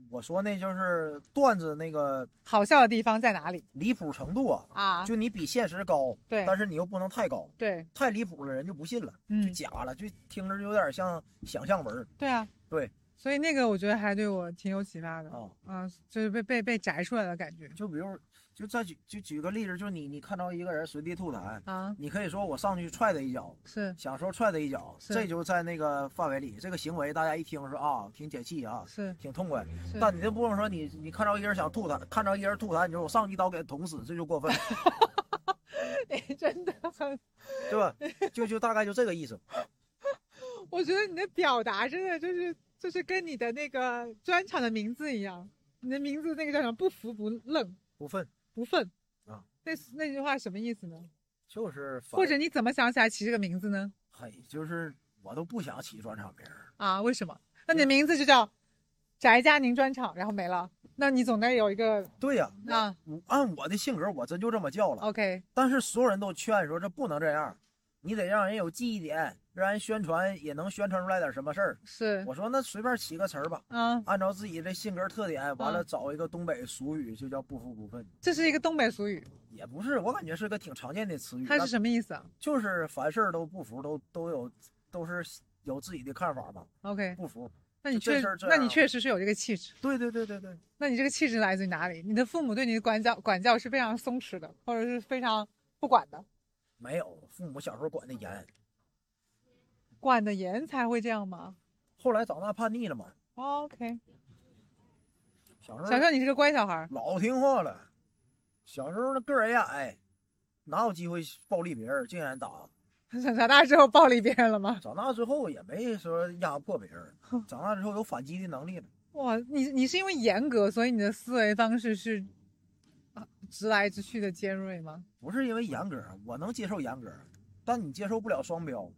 [SPEAKER 2] 我说那就是段子那个
[SPEAKER 1] 好笑的地方在哪里
[SPEAKER 2] 离谱程度啊，
[SPEAKER 1] 啊？
[SPEAKER 2] 就你比现实高，
[SPEAKER 1] 对
[SPEAKER 2] 但是你又不能太高，
[SPEAKER 1] 对，
[SPEAKER 2] 太离谱了人就不信了，就
[SPEAKER 1] 嗯，
[SPEAKER 2] 假了，就听着就有点像想象文儿
[SPEAKER 1] 对啊，
[SPEAKER 2] 对，
[SPEAKER 1] 所以那个我觉得还对我挺有启发的。
[SPEAKER 2] 啊。
[SPEAKER 1] 嗯，就是被被被摘出来的感觉
[SPEAKER 2] 就比如，就再举就举个例子，就是你你看到一个人随地吐痰，
[SPEAKER 1] 啊，
[SPEAKER 2] 你可以说我上去踹他一脚，
[SPEAKER 1] 是
[SPEAKER 2] 小时候踹他一脚，
[SPEAKER 1] 是
[SPEAKER 2] 这就在那个范围里。这个行为大家一听说啊，挺解气啊，
[SPEAKER 1] 是
[SPEAKER 2] 挺痛快。
[SPEAKER 1] 是，
[SPEAKER 2] 但你这不能说你你看着一个人想吐痰，看着一个人吐痰，你说我上去一刀给他捅死，这就过分，
[SPEAKER 1] 你哎真的很，
[SPEAKER 2] 对吧？就就大概就这个意思。
[SPEAKER 1] 我觉得你的表达真的就是就是跟你的那个专场的名字一样，你的名字那个叫什么？不服不愣
[SPEAKER 2] 不忿
[SPEAKER 1] 不忿
[SPEAKER 2] 啊。
[SPEAKER 1] 那那句话什么意思呢？
[SPEAKER 2] 就是反
[SPEAKER 1] 或者你怎么想起来起这个名字呢？
[SPEAKER 2] 嘿，就是我都不想起专场名儿，
[SPEAKER 1] 啊，为什么？那你的名字就叫翟佳宁专场，然后没了。那你总得有一个
[SPEAKER 2] 对呀、
[SPEAKER 1] 啊
[SPEAKER 2] 我按我的性格，我真就这么叫了。
[SPEAKER 1] ，OK，
[SPEAKER 2] 但是所有人都劝说这不能这样，你得让人有记忆点，让人宣传也能宣传出来点什么事儿。
[SPEAKER 1] 是
[SPEAKER 2] 我说那随便起个词儿吧，
[SPEAKER 1] 啊，
[SPEAKER 2] 按照自己的性格特点，完了
[SPEAKER 1] 嗯
[SPEAKER 2] 找一个东北俗语，就叫不服不忿。
[SPEAKER 1] 这是一个东北俗语，
[SPEAKER 2] 也不是，我感觉是个挺常见的词语，
[SPEAKER 1] 它是
[SPEAKER 2] 但
[SPEAKER 1] 什么意思啊
[SPEAKER 2] 就是凡事都不服，都都有都是有自己的看法嘛，
[SPEAKER 1] ？OK，
[SPEAKER 2] 不服。
[SPEAKER 1] 那你
[SPEAKER 2] 这
[SPEAKER 1] 确
[SPEAKER 2] 事儿这
[SPEAKER 1] 那你
[SPEAKER 2] 样
[SPEAKER 1] 确实是有这个气质。
[SPEAKER 2] 对对对对对，
[SPEAKER 1] 那你这个气质来自于哪里？你的父母对你的管教管教是非常松弛的，或者是非常不管的，
[SPEAKER 2] 没有，父母小时候管的严，
[SPEAKER 1] 管的严才会这样吗？
[SPEAKER 2] 后来长大叛逆了嘛，
[SPEAKER 1] OK，
[SPEAKER 2] 小时候
[SPEAKER 1] 小时候你是个乖小孩儿，
[SPEAKER 2] 老听话了，小时候那个儿也矮，哪有机会暴力别人，净挨打。
[SPEAKER 1] 长长大之后暴力别人了吗？
[SPEAKER 2] 长大之后也没说压迫别人，长大之后有反击的能力了。
[SPEAKER 1] 哇，你你是因为严格，所以你的思维方式是啊直来直去的尖锐吗？
[SPEAKER 2] 不是因为严格，我能接受严格，但你接受不了双标，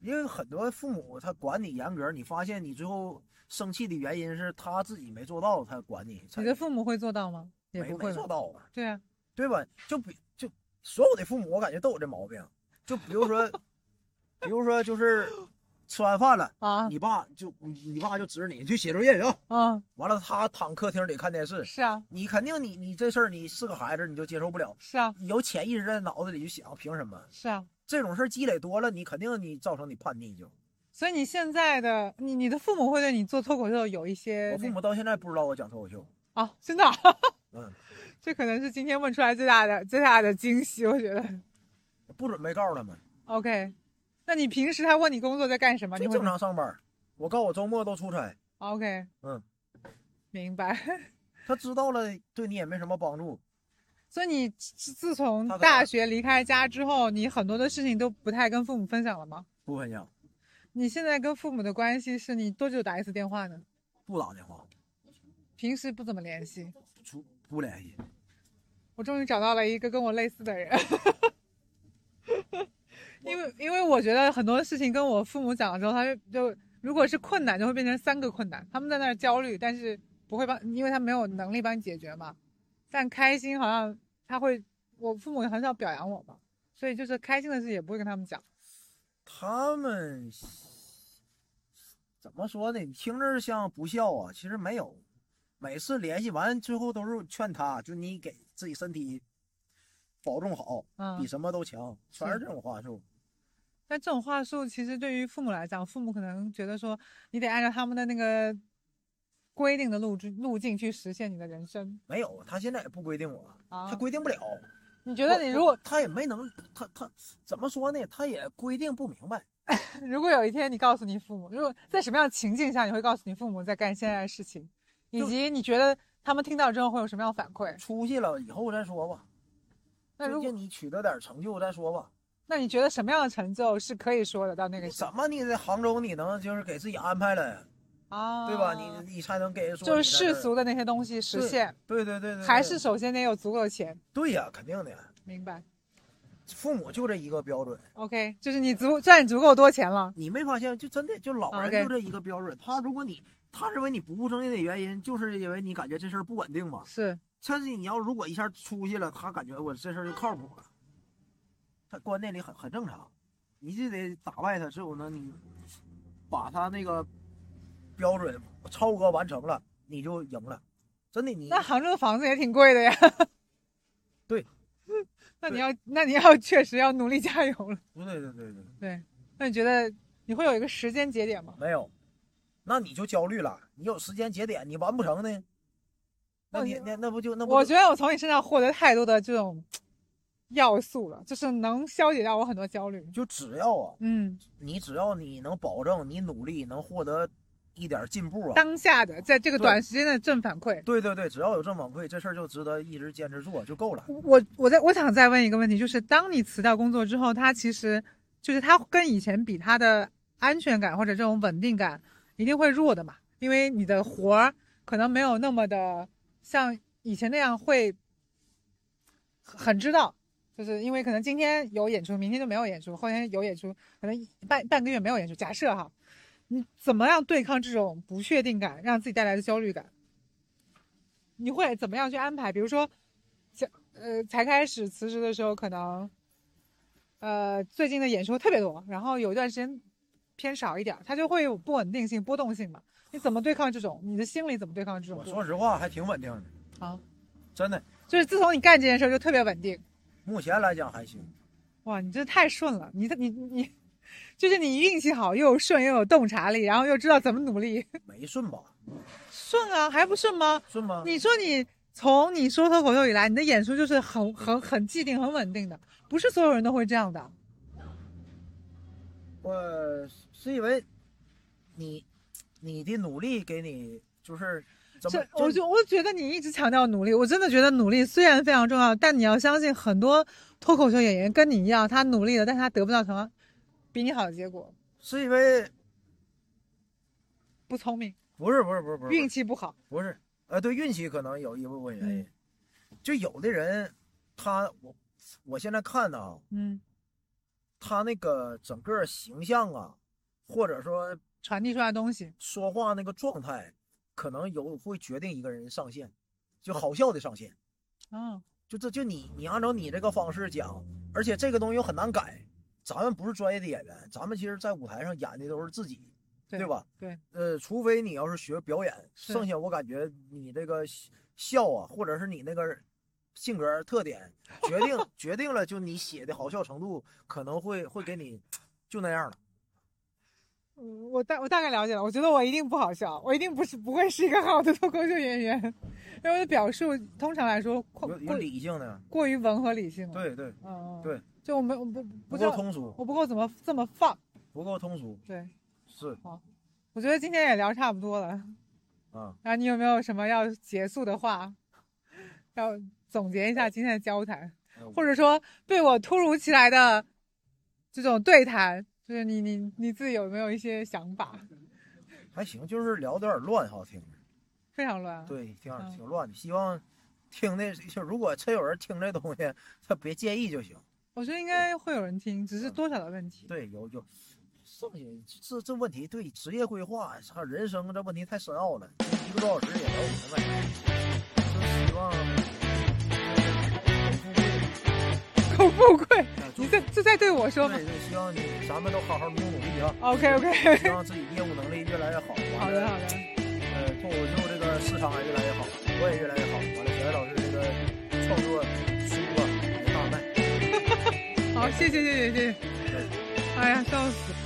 [SPEAKER 2] 因为很多父母他管你严格，你发现你最后生气的原因是他自己没做到，他管你才
[SPEAKER 1] 你的父母会做到吗？也
[SPEAKER 2] 没
[SPEAKER 1] 不会
[SPEAKER 2] 没
[SPEAKER 1] 吧
[SPEAKER 2] 做到，
[SPEAKER 1] 对啊，
[SPEAKER 2] 对吧？就比就所有的父母，我感觉都有这毛病。就比 如说，比如说就是吃完饭了，
[SPEAKER 1] 啊
[SPEAKER 2] 你爸就你你爸就指着你你去写作业去啊，
[SPEAKER 1] 啊，
[SPEAKER 2] 完了他躺客厅里看电视，
[SPEAKER 1] 是啊，
[SPEAKER 2] 你肯定你你这事儿你是个孩子你就接受不了，
[SPEAKER 1] 是啊，
[SPEAKER 2] 你有潜意识在脑子里就想凭什么
[SPEAKER 1] 是啊。
[SPEAKER 2] 这种事儿积累多了，你肯定你造成你叛逆就。
[SPEAKER 1] 所以你现在的你，你的父母会对你做脱口秀有一些
[SPEAKER 2] 我父母到现在不知道我讲脱口秀，
[SPEAKER 1] 啊，真的啊、
[SPEAKER 2] 嗯，
[SPEAKER 1] 这可能是今天问出来最大的最大的惊喜，我觉
[SPEAKER 2] 嗯
[SPEAKER 1] 得。
[SPEAKER 2] 不准备告诉他们。
[SPEAKER 1] OK，那你平时他问你工作在干什么，啊你
[SPEAKER 2] 就
[SPEAKER 1] 会哦
[SPEAKER 2] 正常上班，我告诉我周末都出差，
[SPEAKER 1] OK，
[SPEAKER 2] 嗯，
[SPEAKER 1] 明白。
[SPEAKER 2] 他知道了对你也没什么帮助。
[SPEAKER 1] 所以你自自从
[SPEAKER 2] 他可能
[SPEAKER 1] 大学离开家之后，你很多的事情都不太跟父母分享了吗？
[SPEAKER 2] 不分享，
[SPEAKER 1] 你现在跟父母的关系是你多久打一次电话呢？
[SPEAKER 2] 不打电话，
[SPEAKER 1] 平时不怎么联系。
[SPEAKER 2] 不不联系。
[SPEAKER 1] 我终于找到了一个跟我类似的人， 因为因为我觉得很多事情跟我父母讲了之后，他就就如果是困难，就会变成三个困难。他们在那儿焦虑，但是不会帮，因为他没有能力帮你解决嘛。但开心好像他会，我父母很少表扬我嘛，所以就是开心的事也不会跟他们讲。
[SPEAKER 2] 他们怎么说呢？你听着像不孝啊，其实没有。每次联系完，最后都是劝他，就你给自己身体保重好，
[SPEAKER 1] 嗯
[SPEAKER 2] 比，什么都强，全
[SPEAKER 1] 是
[SPEAKER 2] 是这种话术。
[SPEAKER 1] 但这种话术其实对于父母来讲，父母可能觉得说，你得按照他们的那个规定的路径路径去实现你的人生
[SPEAKER 2] 没有，啊他现在也不规定我，
[SPEAKER 1] 啊
[SPEAKER 2] 他。规定不了。
[SPEAKER 1] 你觉得
[SPEAKER 2] 我
[SPEAKER 1] 你
[SPEAKER 2] 我
[SPEAKER 1] 如果
[SPEAKER 2] 他也没能，他他怎么说呢？他也规定不明白。
[SPEAKER 1] 如果有一天你告诉你父母，如果在什么样的情境下你会告诉你父母在干现在的事情，以
[SPEAKER 2] 就
[SPEAKER 1] 及你觉得他们听到之后会有什么样的反馈？
[SPEAKER 2] 出去了以后再说吧，
[SPEAKER 1] 那如
[SPEAKER 2] 最
[SPEAKER 1] 果
[SPEAKER 2] 近你取得点成就再说吧。
[SPEAKER 1] 那你觉得什么样的成就是可以说的到那个时候
[SPEAKER 2] 怎么你在杭州你能就是给自己安排了，
[SPEAKER 1] 啊？
[SPEAKER 2] 对吧？你你才能给人说
[SPEAKER 1] 就是
[SPEAKER 2] 你在
[SPEAKER 1] 世
[SPEAKER 2] 这儿
[SPEAKER 1] 俗的那些东西实现，
[SPEAKER 2] 对对对对，
[SPEAKER 1] 还
[SPEAKER 2] 对
[SPEAKER 1] 是首先得有足够的钱，
[SPEAKER 2] 对呀、肯定的。
[SPEAKER 1] 明白
[SPEAKER 2] 父母就这一个标准，
[SPEAKER 1] ？OK，就是你足赚足够多钱了，
[SPEAKER 2] 你没发现？就真的就老人
[SPEAKER 1] OK
[SPEAKER 2] 就这一个标准。他如果你他认为你不务正业的原因，就是因为你感觉这事儿不稳定嘛。
[SPEAKER 1] 是
[SPEAKER 2] 但是你要如果一下出去了，他感觉我这事儿就靠谱了，他观念里很很正常。你就得打败他，只有呢你把他那个标准超额完成了，你就赢了。真的你
[SPEAKER 1] 那杭州的房子也挺贵的呀。
[SPEAKER 2] 对，
[SPEAKER 1] 那你
[SPEAKER 2] 对
[SPEAKER 1] 要，那你要确实要努力加油了。
[SPEAKER 2] 不对对对对，
[SPEAKER 1] 对，那你觉得你会有一个时间节点吗？
[SPEAKER 2] 没有，那你就焦虑了。你有时间节点，你完不成呢，那
[SPEAKER 1] 我
[SPEAKER 2] 你
[SPEAKER 1] 觉
[SPEAKER 2] 那那不就那不
[SPEAKER 1] 我
[SPEAKER 2] 就
[SPEAKER 1] 觉得我从你身上获得太多的这种要素了，就是能消解掉我很多焦虑。
[SPEAKER 2] 就只要啊，
[SPEAKER 1] 嗯，
[SPEAKER 2] 你只要你能保证你努力能获得一点进步啊，
[SPEAKER 1] 当下的在这个
[SPEAKER 2] 对
[SPEAKER 1] 短时间的正反馈，
[SPEAKER 2] 对对对，只要有这反馈，这事儿就值得一直坚持做就够了。
[SPEAKER 1] 我我在我想再问一个问题，就是当你辞掉工作之后，它其实就是它跟以前比，它的安全感或者这种稳定感一定会弱的嘛，因为你的活儿可能没有那么的像以前那样会很很知道，就是因为可能今天有演出，明天就没有演出，后天有演出，可能一半半个月没有演出。假设哈，你怎么样对抗这种不确定感，让自己带来的焦虑感？你会怎么样去安排？比如说，呃，才开始辞职的时候，可能，呃，最近的演出特别多，然后有一段时间偏少一点儿，它就会有不稳定性、波动性嘛。你怎么对抗这种？你的心理怎么对抗这种
[SPEAKER 2] 我
[SPEAKER 1] 波？
[SPEAKER 2] 说实话，还挺稳定的，
[SPEAKER 1] 啊，
[SPEAKER 2] 真的。
[SPEAKER 1] 就是自从你干这件事儿就特别稳定。
[SPEAKER 2] 目前来讲还行，
[SPEAKER 1] 哇，你真的太顺了，你你你，就是你运气好，又有顺又有洞察力，然后又知道怎么努力。
[SPEAKER 2] 没顺吧？
[SPEAKER 1] 顺啊，还不顺吗？
[SPEAKER 2] 顺吗？
[SPEAKER 1] 你说你从你说脱口秀以来，你的演出就是很很很既定、很稳定的，不是所有人都会这样的。
[SPEAKER 2] 我是因为你你的努力给你就是怎么
[SPEAKER 1] 这，我就我觉得你一直强调努力，我真的觉得努力虽然非常重要，但你要相信很多脱口秀演员跟你一样，他努力了，但他得不到什么比你好的结果，
[SPEAKER 2] 是因为
[SPEAKER 1] 不聪明，
[SPEAKER 2] 不是不是不是不是
[SPEAKER 1] 运气不好。
[SPEAKER 2] 不是，呃，对运气可能有一部分原因，就有的人他我我现在看呢、
[SPEAKER 1] 嗯，
[SPEAKER 2] 他那个整个形象啊，或者说
[SPEAKER 1] 传递出来的东西，
[SPEAKER 2] 说话那个状态，可能有会决定一个人上限，就好笑的上限。
[SPEAKER 1] 嗯、
[SPEAKER 2] 就这就你你按照你这个方式讲，而且这个东西又很难改。咱们不是专业的演员，咱们其实在舞台上演的都是自己，
[SPEAKER 1] 对
[SPEAKER 2] 对吧？
[SPEAKER 1] 对，
[SPEAKER 2] 呃，除非你要是学表演，
[SPEAKER 1] 是
[SPEAKER 2] 剩下我感觉你这个笑笑啊，或者是你那个性格特点，决定决定了就你写的好笑程度，可能会会给你就那样了。
[SPEAKER 1] 嗯我大我大概了解了，我觉得我一定不好笑，我一定不是不会是一个好的脱口秀演员，因为我的表述通常来说过
[SPEAKER 2] 有有
[SPEAKER 1] 过
[SPEAKER 2] 理性的，
[SPEAKER 1] 过于文和理性了。
[SPEAKER 2] 对对，
[SPEAKER 1] 嗯，嗯，
[SPEAKER 2] 对
[SPEAKER 1] 嗯就我没我不
[SPEAKER 2] 不
[SPEAKER 1] 不知
[SPEAKER 2] 够
[SPEAKER 1] 道
[SPEAKER 2] 通俗，
[SPEAKER 1] 我不够怎么这么放，
[SPEAKER 2] 不够通俗，
[SPEAKER 1] 对
[SPEAKER 2] 是
[SPEAKER 1] 我觉得今天也聊差不多了，
[SPEAKER 2] 啊，
[SPEAKER 1] 然后你有没有什么要结束的话，要总结一下今天的交谈？
[SPEAKER 2] 呃
[SPEAKER 1] 或者说对我突如其来的这种对谈，就是你你你自己有没有一些想法？
[SPEAKER 2] 哎还行，就是聊得有点乱哈，听着。
[SPEAKER 1] 非常乱啊。
[SPEAKER 2] 对，挺
[SPEAKER 1] 嗯
[SPEAKER 2] 挺乱的。希望听的，就如果真有人听这东西，他别介意就行。
[SPEAKER 1] 我觉得应该会有人听，只是
[SPEAKER 2] 嗯
[SPEAKER 1] 多少的问题。
[SPEAKER 2] 对，有有，剩下这这问题，对职业规划，操人生这问题太深奥了，一个多小时也聊不明白。就希望
[SPEAKER 1] 口富贵，
[SPEAKER 2] 呃祝
[SPEAKER 1] 你在这在对我说吗
[SPEAKER 2] 对对，希望你咱们都好好努努力啊，
[SPEAKER 1] ？OK OK，
[SPEAKER 2] 希望自己业务能力越来越好。
[SPEAKER 1] 好
[SPEAKER 2] 完
[SPEAKER 1] 的
[SPEAKER 2] 了，
[SPEAKER 1] 好的，
[SPEAKER 2] 呃，脱口秀这个市场也越来越好，我也越来越好。完了，小艾老师这个创作书啊也大卖。
[SPEAKER 1] 好，谢谢谢谢谢谢。哎呀，笑死。